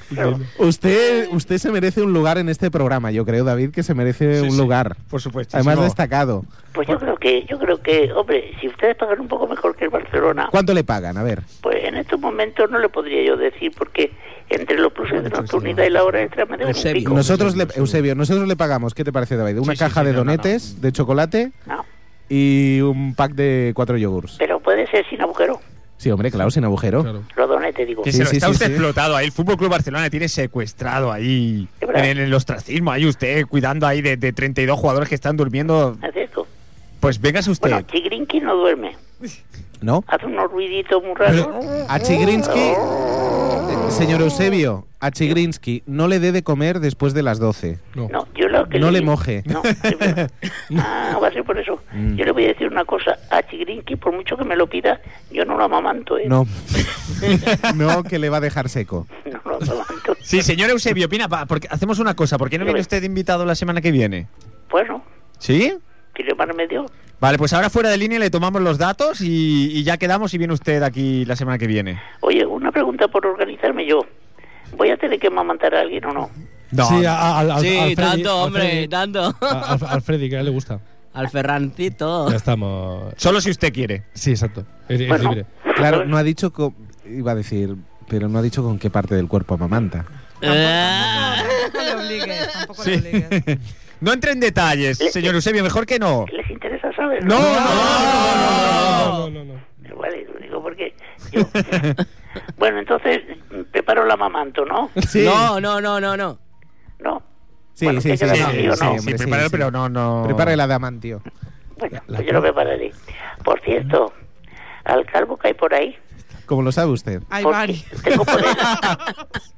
[SPEAKER 1] Usted, usted se merece un lugar en este programa, yo creo, David, que se merece un lugar.
[SPEAKER 3] Por supuesto.
[SPEAKER 1] Además destacado.
[SPEAKER 9] Pues yo creo que, yo creo que, hombre, si ustedes pagan un poco mejor que el Barcelona,
[SPEAKER 1] ¿Cuánto le pagan? A ver.
[SPEAKER 9] pues en estos momentos no le podría yo decir, porque entre los pluses de nocturnidad y la hora extra me deben un pico.
[SPEAKER 1] Nosotros le, Eusebio, nosotros le pagamos, ¿qué te parece, David? Una caja de donetes de chocolate y un pack de cuatro yogurts.
[SPEAKER 9] Pero puede ser sin agujero,
[SPEAKER 1] Sí, hombre, claro, sin agujero.
[SPEAKER 9] los donetes, digo.
[SPEAKER 3] Que se lo está usted explotado ahí. El Fútbol Club Barcelona tiene secuestrado ahí. En el, en el ostracismo, ahí usted cuidando ahí de, de 32 jugadores que están durmiendo.
[SPEAKER 9] ¿Es cierto?
[SPEAKER 3] Pues véngase usted.
[SPEAKER 9] Bueno, Chigrinki no duerme.
[SPEAKER 1] ¿No?
[SPEAKER 9] Hace unos ruiditos muy raros.
[SPEAKER 1] A Chigrinsky, eh, señor Eusebio, a Chigrinsky no le dé de comer después de las 12. No,
[SPEAKER 9] yo lo que
[SPEAKER 1] le
[SPEAKER 9] di-
[SPEAKER 1] moje.
[SPEAKER 9] No, es verdad. Ah, va a ser por eso. Yo le voy a decir una cosa. A Chigrinki, por mucho que me lo pida, yo no lo amamanto, ¿eh?
[SPEAKER 1] No. No, que le va a dejar seco.
[SPEAKER 3] Sí, señor Eusebio, opina, pa- porque hacemos una cosa. ¿Por qué no viene usted de invitado la semana que viene?
[SPEAKER 9] Bueno,
[SPEAKER 3] ¿Sí?
[SPEAKER 9] tiene más remedio.
[SPEAKER 3] Vale, pues ahora fuera de línea le tomamos los datos y, y ya quedamos y viene usted aquí la semana que viene.
[SPEAKER 9] Oye, una pregunta por organizarme yo. ¿Voy a tener que amamantar a alguien o no?
[SPEAKER 4] Sí, a- a- al- al-
[SPEAKER 2] Sí,
[SPEAKER 4] al Freddy,
[SPEAKER 2] tanto,
[SPEAKER 4] al
[SPEAKER 2] hombre,
[SPEAKER 4] Freddy.
[SPEAKER 2] tanto.
[SPEAKER 4] A- Al, al Freddy, que a él le gusta.
[SPEAKER 2] Al Ferrancito.
[SPEAKER 4] Ya estamos.
[SPEAKER 3] Solo si usted quiere.
[SPEAKER 4] Sí, exacto. Es, es
[SPEAKER 1] Bueno.
[SPEAKER 4] libre.
[SPEAKER 1] Claro, no ha dicho, co- iba a decir, pero no ha dicho con qué parte del cuerpo amamanta.
[SPEAKER 12] Tampoco le obligues, tampoco le obligues.
[SPEAKER 3] No entre en detalles, señor Eusebio, mejor que no.
[SPEAKER 9] ¿Les interesa saber?
[SPEAKER 3] No,
[SPEAKER 9] no,
[SPEAKER 3] no,
[SPEAKER 9] no, no. Vale, lo digo porque yo... Bueno, entonces mm, preparo la amamanto, ¿no?
[SPEAKER 2] No, no, no, no, no.
[SPEAKER 1] Sí,
[SPEAKER 9] Bueno,
[SPEAKER 1] sí,
[SPEAKER 9] que
[SPEAKER 1] sí,
[SPEAKER 9] queda
[SPEAKER 1] sí,
[SPEAKER 9] vacío,
[SPEAKER 1] sí,
[SPEAKER 9] ¿no?
[SPEAKER 1] hombre,
[SPEAKER 9] Sí,
[SPEAKER 1] sí,
[SPEAKER 9] prepáralo,
[SPEAKER 1] sí.
[SPEAKER 9] pero
[SPEAKER 3] no, no.
[SPEAKER 1] Prepara el adamantio.
[SPEAKER 9] Pues yo lo prepararé. Por cierto, al calvo que hay por ahí...
[SPEAKER 1] Como lo sabe usted.
[SPEAKER 12] Hay
[SPEAKER 9] porque
[SPEAKER 12] varios.
[SPEAKER 9] Tengo poderes.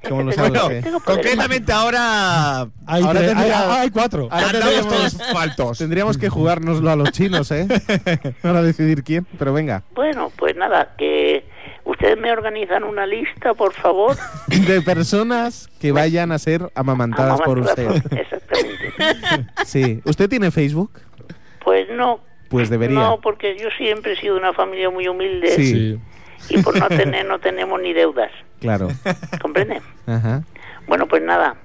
[SPEAKER 1] Como lo sabe usted.
[SPEAKER 9] tengo poderes
[SPEAKER 3] Concretamente ahora.
[SPEAKER 1] Hay
[SPEAKER 3] ahora
[SPEAKER 1] tres-
[SPEAKER 3] tendría-
[SPEAKER 1] hay- hay cuatro.
[SPEAKER 3] Ahora
[SPEAKER 1] Andamos
[SPEAKER 3] tendríamos-
[SPEAKER 1] todos Tendríamos que jugárnoslo a los chinos, ¿eh? Para decidir quién, pero venga.
[SPEAKER 9] Bueno, pues nada, que ustedes me organizan una lista, por favor.
[SPEAKER 1] De personas que vayan a ser amamantadas por usted. Sí. ¿Usted tiene Facebook?
[SPEAKER 9] Pues no,
[SPEAKER 1] Pues debería.
[SPEAKER 9] no, pues, porque yo siempre he sido una familia muy humilde
[SPEAKER 1] Sí,
[SPEAKER 9] y por no tener no tenemos ni deudas,
[SPEAKER 1] claro.
[SPEAKER 9] ¿comprende?
[SPEAKER 1] Ajá.
[SPEAKER 9] Bueno, pues nada.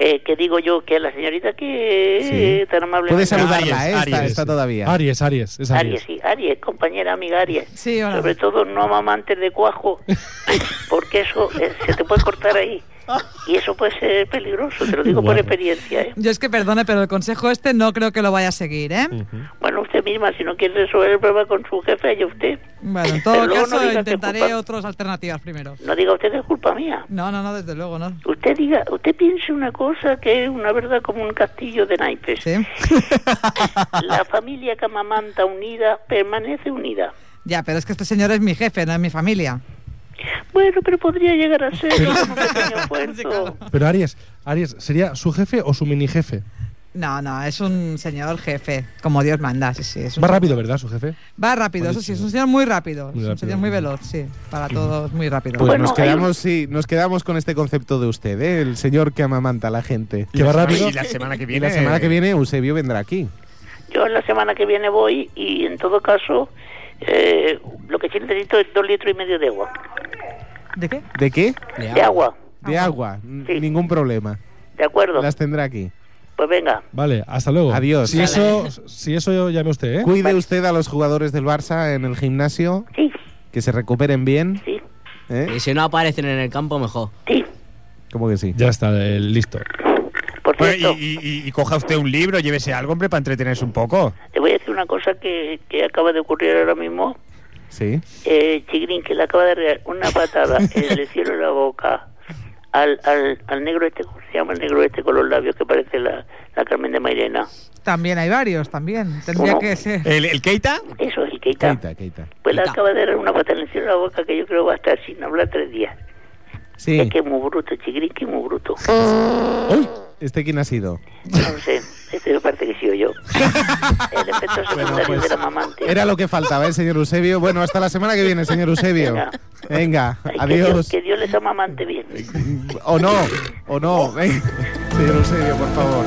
[SPEAKER 9] Eh, que digo yo que la señorita que
[SPEAKER 1] Sí.
[SPEAKER 9] tan amable.
[SPEAKER 1] Puede saludarla, ¿eh? Está, está todavía.
[SPEAKER 4] Aries, Aries, es
[SPEAKER 9] Aries,
[SPEAKER 4] Aries.
[SPEAKER 9] sí, Aries, compañera amiga Aries. Sobre todo no amamantes de cuajo, porque eso eh, se te puede cortar ahí. Y eso puede ser peligroso, te lo digo por
[SPEAKER 12] Guau.
[SPEAKER 9] experiencia. ¿eh?
[SPEAKER 12] Yo es que perdone, pero el consejo este no creo que lo vaya a seguir, ¿eh?
[SPEAKER 9] Bueno, usted misma, si no quiere resolver el problema con su jefe, allá usted.
[SPEAKER 12] Bueno, en
[SPEAKER 9] Pero
[SPEAKER 12] todo
[SPEAKER 9] luego no
[SPEAKER 12] caso,
[SPEAKER 9] diga que
[SPEAKER 12] intentaré
[SPEAKER 9] culpa-
[SPEAKER 12] otras alternativas primero.
[SPEAKER 9] No diga usted que es culpa mía.
[SPEAKER 12] No, no, no, desde luego, no.
[SPEAKER 9] Usted diga, usted piense una cosa que es una verdad como un castillo de naipes. La familia que amamanta unida permanece unida.
[SPEAKER 12] Ya, pero es que este señor es mi jefe, no es mi familia.
[SPEAKER 9] Bueno, pero podría llegar a ser un pequeño esfuerzo.
[SPEAKER 4] Pero Aries, Aries, ¿sería su jefe o su mini jefe?
[SPEAKER 12] No, no, es un señor jefe, como Dios manda, sí, sí. Es un
[SPEAKER 4] Más rápido, ¿verdad, su jefe?
[SPEAKER 12] Va rápido, eso sí, es un señor muy rápido.
[SPEAKER 4] Muy
[SPEAKER 12] es un
[SPEAKER 4] rápido.
[SPEAKER 12] señor muy veloz, sí. Para todos, muy rápido.
[SPEAKER 1] Pues nos quedamos, sí, nos quedamos con este concepto de usted, ¿eh? el señor que amamanta a la gente.
[SPEAKER 4] Que va rápido. Y
[SPEAKER 3] la semana que
[SPEAKER 1] Y la semana que viene Eusebio vendrá aquí.
[SPEAKER 9] Yo la semana que viene voy y en todo caso, eh, lo que sí necesito es dos litros y medio de agua.
[SPEAKER 12] ¿De qué?
[SPEAKER 1] ¿De qué?
[SPEAKER 9] De agua,
[SPEAKER 1] De agua, n- ningún problema.
[SPEAKER 9] de acuerdo.
[SPEAKER 1] Las tendrá aquí.
[SPEAKER 9] Pues venga.
[SPEAKER 4] Vale, hasta luego.
[SPEAKER 1] Adiós.
[SPEAKER 4] Si eso, si eso yo llame usted, ¿eh?
[SPEAKER 1] Cuide usted a los jugadores del Barça en el gimnasio. Que se recuperen bien.
[SPEAKER 9] Sí.
[SPEAKER 1] ¿Eh?
[SPEAKER 2] Y si no aparecen en el campo, mejor.
[SPEAKER 9] Sí.
[SPEAKER 1] ¿Cómo que sí?
[SPEAKER 4] Ya está, eh, listo.
[SPEAKER 9] Por Por
[SPEAKER 3] Bueno,
[SPEAKER 9] cierto,
[SPEAKER 3] y, y- y coja usted un libro, llévese algo, hombre, para entretenerse un poco.
[SPEAKER 9] te voy a decir una cosa que, que acaba de ocurrir ahora mismo.
[SPEAKER 1] Sí.
[SPEAKER 9] Eh, Chigrin, que le acaba de regar una patada en el cielo de la boca al, al, al negro este, ¿cómo se llama el negro este con los labios que parece la, la Carmen de Mairena?
[SPEAKER 12] También hay varios, también. Tendría
[SPEAKER 9] ¿Cómo?
[SPEAKER 12] que ser.
[SPEAKER 3] ¿El, el Keita?
[SPEAKER 9] Eso es el Keita. Pues le acaba de dar una patada en el cielo de la boca que yo creo va a estar sin hablar tres días.
[SPEAKER 1] Sí.
[SPEAKER 9] Es que es muy bruto, Chigrin, que es muy bruto.
[SPEAKER 1] Uy, ¿este quién ha sido?
[SPEAKER 9] No sé, este me parece que he sido yo. El efecto secundario de la mamante.
[SPEAKER 1] Era lo que faltaba, ¿eh, señor Eusebio? Bueno, hasta la semana que viene, señor Eusebio.
[SPEAKER 9] Venga.
[SPEAKER 1] Venga,
[SPEAKER 9] Ay, que Dios-
[SPEAKER 1] adiós.
[SPEAKER 9] Que Dios les amamante bien.
[SPEAKER 1] O no, o no. Venga, señor Eusebio, por favor.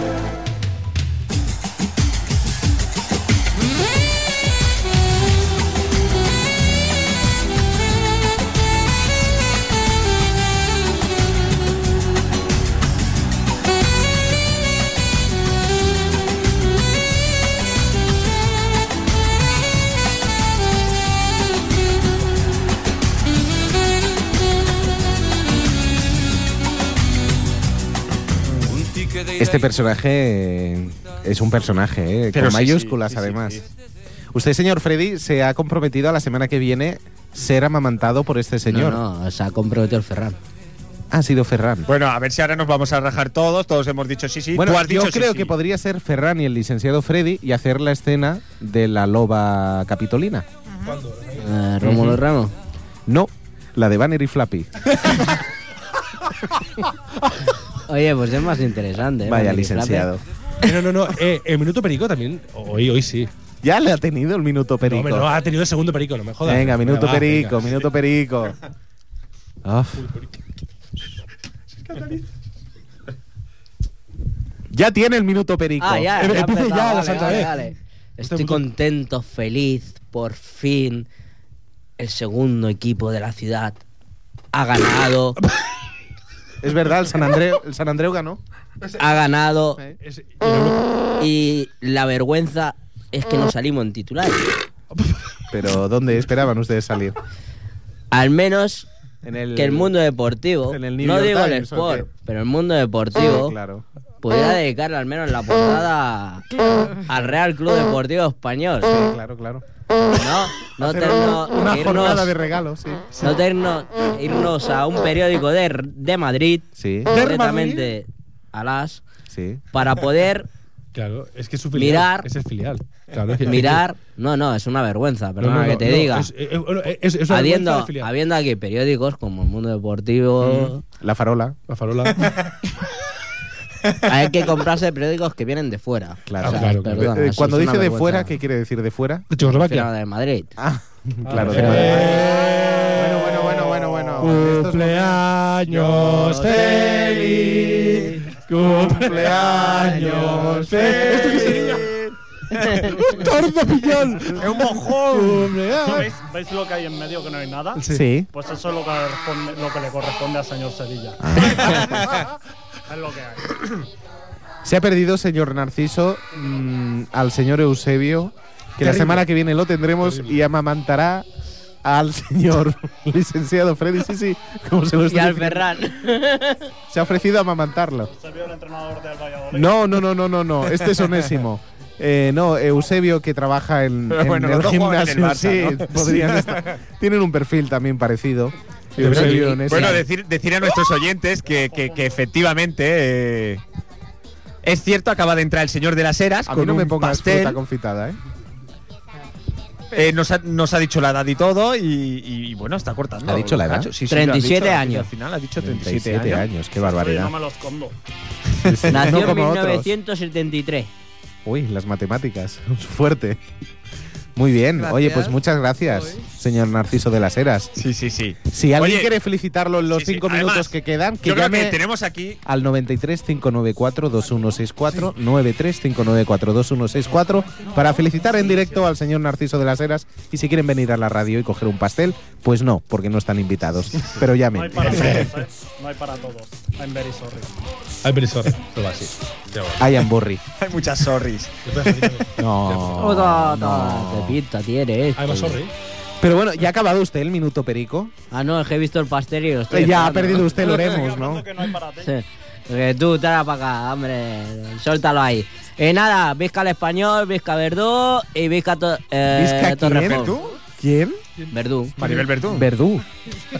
[SPEAKER 1] Este personaje eh, es un personaje, ¿eh?
[SPEAKER 3] Pero
[SPEAKER 1] con
[SPEAKER 3] sí,
[SPEAKER 1] mayúsculas
[SPEAKER 3] sí, sí, sí,
[SPEAKER 1] además. Usted, señor Freddy, se ha comprometido a la semana que viene ser amamantado por este señor.
[SPEAKER 8] No, no, se ha comprometido el Ferran.
[SPEAKER 1] Ha sido Ferran.
[SPEAKER 3] Bueno, a ver si ahora nos vamos a rajar todos, todos hemos dicho sí, sí.
[SPEAKER 1] Bueno,
[SPEAKER 3] Tú has
[SPEAKER 1] yo
[SPEAKER 3] dicho sí,
[SPEAKER 1] creo
[SPEAKER 3] sí.
[SPEAKER 1] que podría ser Ferran y el licenciado Freddy y hacer la escena de la loba capitolina.
[SPEAKER 8] Eh, Rómulo
[SPEAKER 1] Ramos? No, la de Banner y Flappy.
[SPEAKER 8] Oye, pues es más interesante. ¿eh?
[SPEAKER 1] Vaya
[SPEAKER 8] Porque
[SPEAKER 1] licenciado.
[SPEAKER 4] Eh, no, no, no. eh, el minuto perico también. Hoy, hoy sí.
[SPEAKER 1] Ya le ha tenido el minuto
[SPEAKER 4] No,
[SPEAKER 1] perico.
[SPEAKER 4] hombre, no, ha tenido el segundo perico, no me jodas.
[SPEAKER 1] venga, minuto
[SPEAKER 4] va,
[SPEAKER 1] perico,
[SPEAKER 4] venga.
[SPEAKER 1] minuto perico. Uf. Ya tiene el minuto perico.
[SPEAKER 8] Ah, ya, ya,
[SPEAKER 1] Empiece
[SPEAKER 8] empezado,
[SPEAKER 1] ya
[SPEAKER 8] vale,
[SPEAKER 1] la eh. Este santa
[SPEAKER 8] vale,
[SPEAKER 1] vez.
[SPEAKER 8] vale. Estoy contento, feliz, por fin el segundo equipo de la ciudad ha ganado,
[SPEAKER 1] Es verdad, el San Andreu, el San Andreu ganó.
[SPEAKER 8] ha ganado
[SPEAKER 4] Es-
[SPEAKER 8] y la vergüenza es que no salimos en titular.
[SPEAKER 1] Pero ¿dónde esperaban ustedes salir?
[SPEAKER 8] Al menos
[SPEAKER 1] En el,
[SPEAKER 8] que el mundo deportivo,
[SPEAKER 1] en el New
[SPEAKER 8] no
[SPEAKER 1] York
[SPEAKER 8] digo el
[SPEAKER 1] Times, ¿o qué?
[SPEAKER 8] sport, pero el mundo deportivo
[SPEAKER 1] Claro.
[SPEAKER 8] pudiera dedicarle al menos la portada al Real Club Deportivo Español.
[SPEAKER 1] Sí, claro, claro.
[SPEAKER 8] No, no
[SPEAKER 1] Mm. Hacer
[SPEAKER 8] te- no-
[SPEAKER 1] una
[SPEAKER 8] irnos-
[SPEAKER 1] jornada de regalos, sí.
[SPEAKER 8] No tenernos- irnos a un periódico de, de Madrid,
[SPEAKER 1] Sí.
[SPEAKER 8] directamente a las,
[SPEAKER 1] Sí.
[SPEAKER 8] para poder
[SPEAKER 4] Claro, es que es su filial.
[SPEAKER 8] Mirar.
[SPEAKER 4] Es el filial. Claro, es-
[SPEAKER 8] mirar. No, no, es una vergüenza, perdona
[SPEAKER 4] No, no,
[SPEAKER 8] que
[SPEAKER 4] no,
[SPEAKER 8] te
[SPEAKER 4] no,
[SPEAKER 8] diga.
[SPEAKER 4] es- eh, eh, bueno, es- es una vergüenza
[SPEAKER 8] habiendo,
[SPEAKER 4] del filial.
[SPEAKER 8] habiendo aquí periódicos como El Mundo Deportivo,
[SPEAKER 1] La farola.
[SPEAKER 4] La farola.
[SPEAKER 8] hay que comprarse periódicos que vienen de fuera. O
[SPEAKER 1] Claro,
[SPEAKER 4] Ah,
[SPEAKER 8] sea,
[SPEAKER 1] claro, claro.
[SPEAKER 8] Ah, perdona,
[SPEAKER 1] Eh,
[SPEAKER 8] eso
[SPEAKER 1] Cuando
[SPEAKER 8] es
[SPEAKER 1] dice
[SPEAKER 8] una
[SPEAKER 1] de
[SPEAKER 8] vergüenza.
[SPEAKER 1] fuera, ¿qué quiere decir de fuera?
[SPEAKER 4] De Checoslovaquia.
[SPEAKER 8] Fuera de Madrid.
[SPEAKER 1] Ah, claro. de
[SPEAKER 4] Eh,
[SPEAKER 1] fuera.
[SPEAKER 4] bueno,
[SPEAKER 1] bueno, bueno, bueno, bueno.
[SPEAKER 4] Cumpleaños feliz. Cumpleaños feliz. ¿Esto qué sería?
[SPEAKER 5] ¡Un
[SPEAKER 4] tordo piñón!
[SPEAKER 5] ¡Es un mojón!
[SPEAKER 6] Eh.
[SPEAKER 5] ¿Veis, ¿Veis lo que hay en medio que no hay nada?
[SPEAKER 1] Sí. Sí.
[SPEAKER 5] Pues eso es lo que, responde- lo que le corresponde al señor Sevilla.
[SPEAKER 1] Ah.
[SPEAKER 5] es lo que hay.
[SPEAKER 1] Se ha perdido, señor Narciso, mm, al señor Eusebio, que la
[SPEAKER 4] Terrible.
[SPEAKER 1] semana que viene lo tendremos y amamantará al señor licenciado Freddy. Sí, sí, como se lo
[SPEAKER 8] Y
[SPEAKER 1] estoy
[SPEAKER 8] al
[SPEAKER 1] diciendo.
[SPEAKER 8] Ferran.
[SPEAKER 1] Se ha ofrecido a amamantarlo. No, no, no, no, no, no. Este es onésimo. Eh, no, Eusebio que trabaja en,
[SPEAKER 3] Pero
[SPEAKER 1] en
[SPEAKER 3] bueno,
[SPEAKER 1] el
[SPEAKER 3] los dos juegan
[SPEAKER 1] gimnasio.
[SPEAKER 3] en el Barça,
[SPEAKER 1] sí,
[SPEAKER 3] ¿no?
[SPEAKER 1] podrían
[SPEAKER 3] Sí.
[SPEAKER 1] estar. Tienen un perfil también parecido. Eusebio
[SPEAKER 3] Bueno,
[SPEAKER 1] onésimo.
[SPEAKER 3] bueno, decir, decir a nuestros oyentes que, que- que efectivamente eh, es cierto, acaba de entrar el señor de las eras
[SPEAKER 1] a
[SPEAKER 3] con
[SPEAKER 1] mí no
[SPEAKER 3] un
[SPEAKER 1] me pongas
[SPEAKER 3] pastel.
[SPEAKER 1] fruta confitada, ¿eh?
[SPEAKER 3] Eh, nos, ha, nos ha dicho la edad y todo, y, y, bueno, está cortando.
[SPEAKER 1] ¿Ha dicho la edad?
[SPEAKER 3] Nacho. Sí, sí, lo ha dicho,
[SPEAKER 8] 37
[SPEAKER 3] lo ha dicho
[SPEAKER 8] años.
[SPEAKER 3] Al final ha dicho 37,
[SPEAKER 1] 37
[SPEAKER 3] años.
[SPEAKER 1] años, qué
[SPEAKER 5] Oye,
[SPEAKER 1] barbaridad.
[SPEAKER 5] no me los condo.
[SPEAKER 8] Nació
[SPEAKER 1] No
[SPEAKER 8] en
[SPEAKER 1] como otros.
[SPEAKER 8] 1973.
[SPEAKER 1] Uy, las matemáticas, fuerte. Muy bien, oye, pues
[SPEAKER 8] Gracias.
[SPEAKER 1] muchas gracias, señor Narciso de las Heras.
[SPEAKER 3] Sí, sí, sí.
[SPEAKER 1] Si alguien
[SPEAKER 3] Oye,
[SPEAKER 1] quiere felicitarlo en los
[SPEAKER 3] sí, sí,
[SPEAKER 1] cinco
[SPEAKER 3] además,
[SPEAKER 1] minutos que quedan, que
[SPEAKER 3] Yo creo
[SPEAKER 1] llame
[SPEAKER 3] que tenemos aquí
[SPEAKER 1] al 93 594 2164 93 594 2164 para felicitar en directo al señor Narciso de las Heras y si quieren venir a la radio y coger un pastel, pues no, porque no están invitados. Pero
[SPEAKER 5] No hay
[SPEAKER 1] llamen.
[SPEAKER 5] para todos, ¿eh? No hay para todos. I'm very sorry.
[SPEAKER 4] Ay, pero sorry. Todo así.
[SPEAKER 1] Hayan Burri.
[SPEAKER 3] Hay muchas sorris.
[SPEAKER 1] No.
[SPEAKER 8] Otra,
[SPEAKER 1] no.
[SPEAKER 8] qué pinta tiene este. esto.
[SPEAKER 4] Ay, más sorry.
[SPEAKER 1] Pero bueno, ¿ya ha acabado usted el minuto perico?
[SPEAKER 8] Ah, no, es que he visto el pastel y lo estoy
[SPEAKER 1] ya ha
[SPEAKER 8] esperando.
[SPEAKER 1] perdido usted Loremos, ¿no?
[SPEAKER 5] Que no hay para ti.
[SPEAKER 8] Sí.
[SPEAKER 2] Que tú, tala para acá, hombre. Suéltalo ahí. Y nada, Vizca el Español, Vizca Verdú y Vizca, to, eh,
[SPEAKER 1] ¿Vizca quién?
[SPEAKER 2] Torrejón.
[SPEAKER 1] ¿Verdú? ¿Quién?
[SPEAKER 2] Verdú.
[SPEAKER 3] Maribel Verdú.
[SPEAKER 1] Verdú.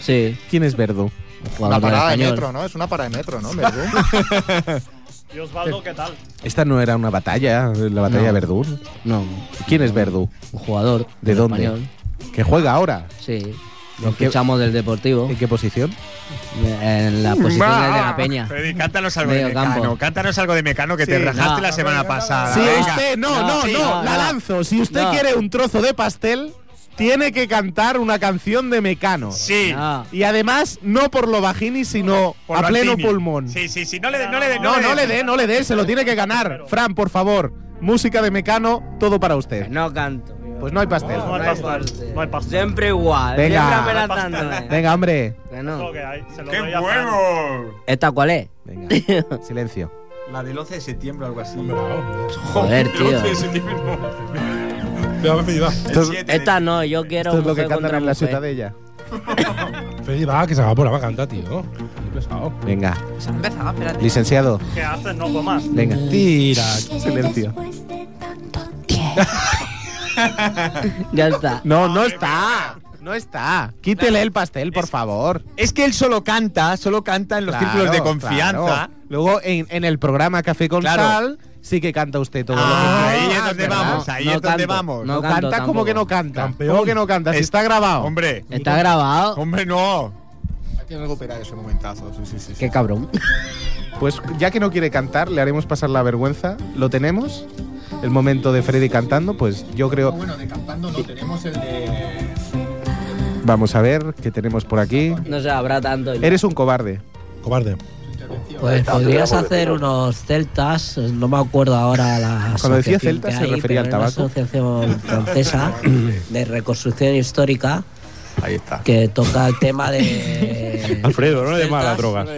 [SPEAKER 2] Sí.
[SPEAKER 1] ¿Quién es Verdú?
[SPEAKER 7] Una parada de metro, ¿no? Es una parada de metro, ¿no? Verdú?
[SPEAKER 5] Y Osvaldo, ¿qué tal?
[SPEAKER 1] Esta no era una batalla, la batalla
[SPEAKER 2] No.
[SPEAKER 1] de Verdú. No. ¿Quién es Verdú?
[SPEAKER 2] Un jugador.
[SPEAKER 1] ¿De
[SPEAKER 2] del
[SPEAKER 1] dónde?
[SPEAKER 2] Español.
[SPEAKER 1] Que juega ahora.
[SPEAKER 2] Sí.
[SPEAKER 1] ¿En
[SPEAKER 2] Lo
[SPEAKER 1] qué-
[SPEAKER 2] fichamos del Deportivo.
[SPEAKER 1] ¿En qué posición?
[SPEAKER 2] En la posición del de la Peña.
[SPEAKER 3] Freddy, cántanos algo de
[SPEAKER 2] Medio
[SPEAKER 3] Mecano.
[SPEAKER 2] campo.
[SPEAKER 3] Cántanos algo de Mecano que te
[SPEAKER 2] Sí, no.
[SPEAKER 3] rajaste la semana pasada.
[SPEAKER 1] Si
[SPEAKER 2] Ah,
[SPEAKER 3] Venga.
[SPEAKER 1] usted, Este, no, no, no,
[SPEAKER 3] Sí,
[SPEAKER 1] la
[SPEAKER 3] no.
[SPEAKER 1] lanzo. Si usted
[SPEAKER 3] No.
[SPEAKER 1] quiere un trozo de pastel, tiene que cantar una canción de Mecano.
[SPEAKER 3] Sí. No.
[SPEAKER 1] Y además, no por lo bajini, sino
[SPEAKER 3] Por
[SPEAKER 1] a pleno
[SPEAKER 3] Martini.
[SPEAKER 1] pulmón.
[SPEAKER 3] Sí, sí, sí. No le dé, no le dé.
[SPEAKER 1] No, no le dé, no le dé, se lo tiene que ganar. Fran, por favor, música de Mecano, todo para usted.
[SPEAKER 2] No canto.
[SPEAKER 1] Pues no hay pastel.
[SPEAKER 5] No hay pastel. No hay pastel.
[SPEAKER 2] Siempre igual.
[SPEAKER 1] Venga.
[SPEAKER 2] Siempre
[SPEAKER 1] No hay
[SPEAKER 2] amenazándome.
[SPEAKER 1] Venga, hombre.
[SPEAKER 2] Que no.
[SPEAKER 5] Es lo que hay. Se lo
[SPEAKER 3] ¡Qué
[SPEAKER 5] doy a
[SPEAKER 3] huevo!
[SPEAKER 2] ¿Esta cuál es?
[SPEAKER 1] Silencio.
[SPEAKER 3] La del 11 de septiembre o algo así.
[SPEAKER 2] Joder, tío.
[SPEAKER 3] El 11 de septiembre
[SPEAKER 1] Esto es-
[SPEAKER 2] Esta no, yo quiero.
[SPEAKER 1] Esto es lo que
[SPEAKER 2] mujer
[SPEAKER 1] cantan
[SPEAKER 2] contra
[SPEAKER 1] en la
[SPEAKER 2] mujer.
[SPEAKER 1] ciudad de ella.
[SPEAKER 4] Freddy, va, que se haga por la canta, tío. Qué pesado.
[SPEAKER 1] Venga,
[SPEAKER 12] Se ha empezado, espérate.
[SPEAKER 1] licenciado,
[SPEAKER 5] ¿Qué haces? No comas.
[SPEAKER 1] venga.
[SPEAKER 4] Tira.
[SPEAKER 1] Silencio.
[SPEAKER 2] Ya está.
[SPEAKER 1] No, no está. No está. Quítele el pastel, por favor.
[SPEAKER 3] Es que él solo canta, solo canta en los círculos de
[SPEAKER 1] Claro,
[SPEAKER 3] confianza.
[SPEAKER 1] claro. Luego en, en el programa Café con
[SPEAKER 3] Claro.
[SPEAKER 1] Sal sí que canta usted todo
[SPEAKER 3] Ah,
[SPEAKER 1] lo que
[SPEAKER 3] ahí
[SPEAKER 1] quiere.
[SPEAKER 3] es donde
[SPEAKER 1] ¿verdad?
[SPEAKER 3] vamos, ahí
[SPEAKER 2] No
[SPEAKER 3] es donde
[SPEAKER 2] canto,
[SPEAKER 3] vamos.
[SPEAKER 2] no
[SPEAKER 1] No
[SPEAKER 2] canto
[SPEAKER 1] canta como
[SPEAKER 2] tampoco.
[SPEAKER 1] que no canta.
[SPEAKER 4] Campeón.
[SPEAKER 1] ¿Cómo que no canta? Si
[SPEAKER 3] Es-
[SPEAKER 1] está grabado.
[SPEAKER 3] Hombre,
[SPEAKER 2] Está grabado.
[SPEAKER 3] hombre, no.
[SPEAKER 7] Hay que recuperar ese momentazo. Sí, sí, sí. sí.
[SPEAKER 2] Qué cabrón.
[SPEAKER 1] Pues ya que no quiere cantar, le haremos pasar la vergüenza. ¿Lo tenemos? El momento de Freddy cantando, pues yo creo.
[SPEAKER 7] bueno, de cantando no tenemos el de.
[SPEAKER 1] Vamos a ver qué tenemos por aquí.
[SPEAKER 2] No se habrá tanto.
[SPEAKER 1] Eres un cobarde.
[SPEAKER 4] Cobarde.
[SPEAKER 8] Pues podrías hacer unos celtas, no me acuerdo ahora la
[SPEAKER 1] Cuando decía
[SPEAKER 8] asociación
[SPEAKER 1] celtas
[SPEAKER 8] que
[SPEAKER 1] se
[SPEAKER 8] hay,
[SPEAKER 1] refería
[SPEAKER 8] pero
[SPEAKER 1] al
[SPEAKER 8] es
[SPEAKER 1] tabaco.
[SPEAKER 8] Una asociación francesa de reconstrucción histórica
[SPEAKER 7] Ahí está.
[SPEAKER 8] que toca el tema de
[SPEAKER 6] Alfredo, no le dé mal a las drogas.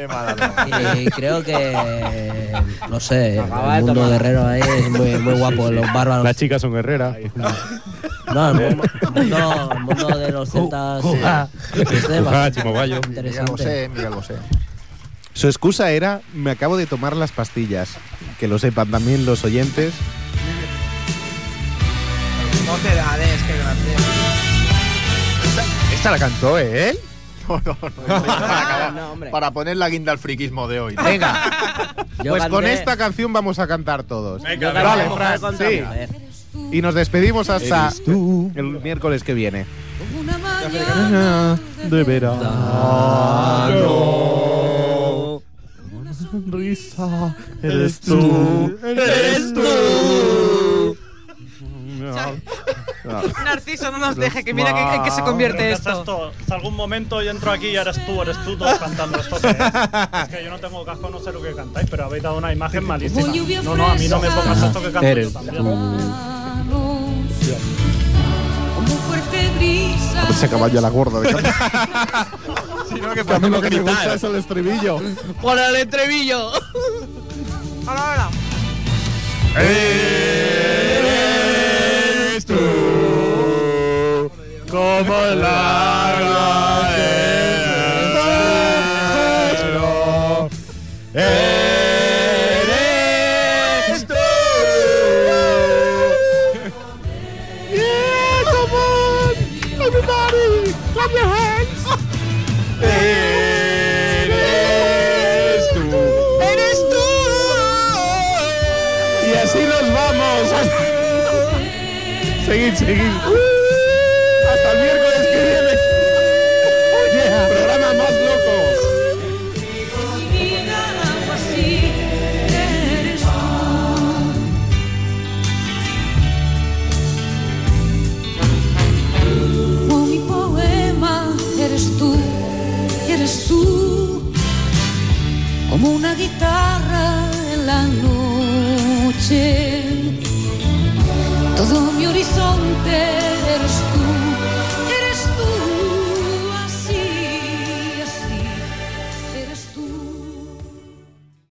[SPEAKER 8] y creo que no sé,
[SPEAKER 2] Acaba de
[SPEAKER 8] el mundo
[SPEAKER 2] tomar.
[SPEAKER 8] guerrero ahí es muy, muy guapo, los bárbaros.
[SPEAKER 6] Las chicas son guerreras.
[SPEAKER 8] No, el mu- mundo, el mundo de los celtas eh, es
[SPEAKER 6] Ujá,
[SPEAKER 8] bastante
[SPEAKER 6] Chimobayo.
[SPEAKER 7] Miguel
[SPEAKER 8] interesante.
[SPEAKER 7] Bosé, Miguel Bosé.
[SPEAKER 1] Su excusa era: me acabo de tomar las pastillas. Que lo sepan también los oyentes.
[SPEAKER 7] No te da, es que grande.
[SPEAKER 3] Esta la cantó él.
[SPEAKER 7] No, no, no. esto es Para, acabar-
[SPEAKER 2] Ah, No, hombre.
[SPEAKER 7] para poner la guinda al friquismo de hoy.
[SPEAKER 1] Venga,
[SPEAKER 2] Yo
[SPEAKER 1] pues con
[SPEAKER 2] canté-
[SPEAKER 1] esta canción vamos a cantar todos.
[SPEAKER 2] yo canté
[SPEAKER 1] Vale,
[SPEAKER 2] mujer
[SPEAKER 1] Fran,
[SPEAKER 2] contra
[SPEAKER 1] sí.
[SPEAKER 2] mujer.
[SPEAKER 1] Y nos despedimos hasta el miércoles que viene. De Ah. verano.
[SPEAKER 10] Ah.
[SPEAKER 1] Sonrisa, eres tú, eres tú.
[SPEAKER 6] Ah.
[SPEAKER 12] Narciso, no nos deje, que mira que- en qué se convierte
[SPEAKER 5] ¿Qué es
[SPEAKER 12] esto.
[SPEAKER 5] esto? Si algún momento yo entro aquí y eres tú, eres tú todos cantando esto. ¿qué es? es que yo no tengo casco, no sé lo que cantáis, pero habéis dado una imagen malísima. No, no, a mí no me pongas esto que canto yo también.
[SPEAKER 1] Se acaba ya la gorda de casa.
[SPEAKER 3] Sino que
[SPEAKER 1] A mí lo
[SPEAKER 3] podemos
[SPEAKER 1] que me gusta
[SPEAKER 3] gritar.
[SPEAKER 1] es el estribillo.
[SPEAKER 2] Por el entrevillo.
[SPEAKER 12] Ahora, ahora.
[SPEAKER 3] Eres tú como larga del cielo. Eres tú. Yeah, come on, everybody, clap your hands. Eres tú. Eres tú.
[SPEAKER 1] Y así nos vamos. Seguid, seguid. Hasta el miércoles que viene. Oye, programa más loco.
[SPEAKER 13] O mi poema eres tú, eres tú, como una guitarra en la noche. Todo mi horizonte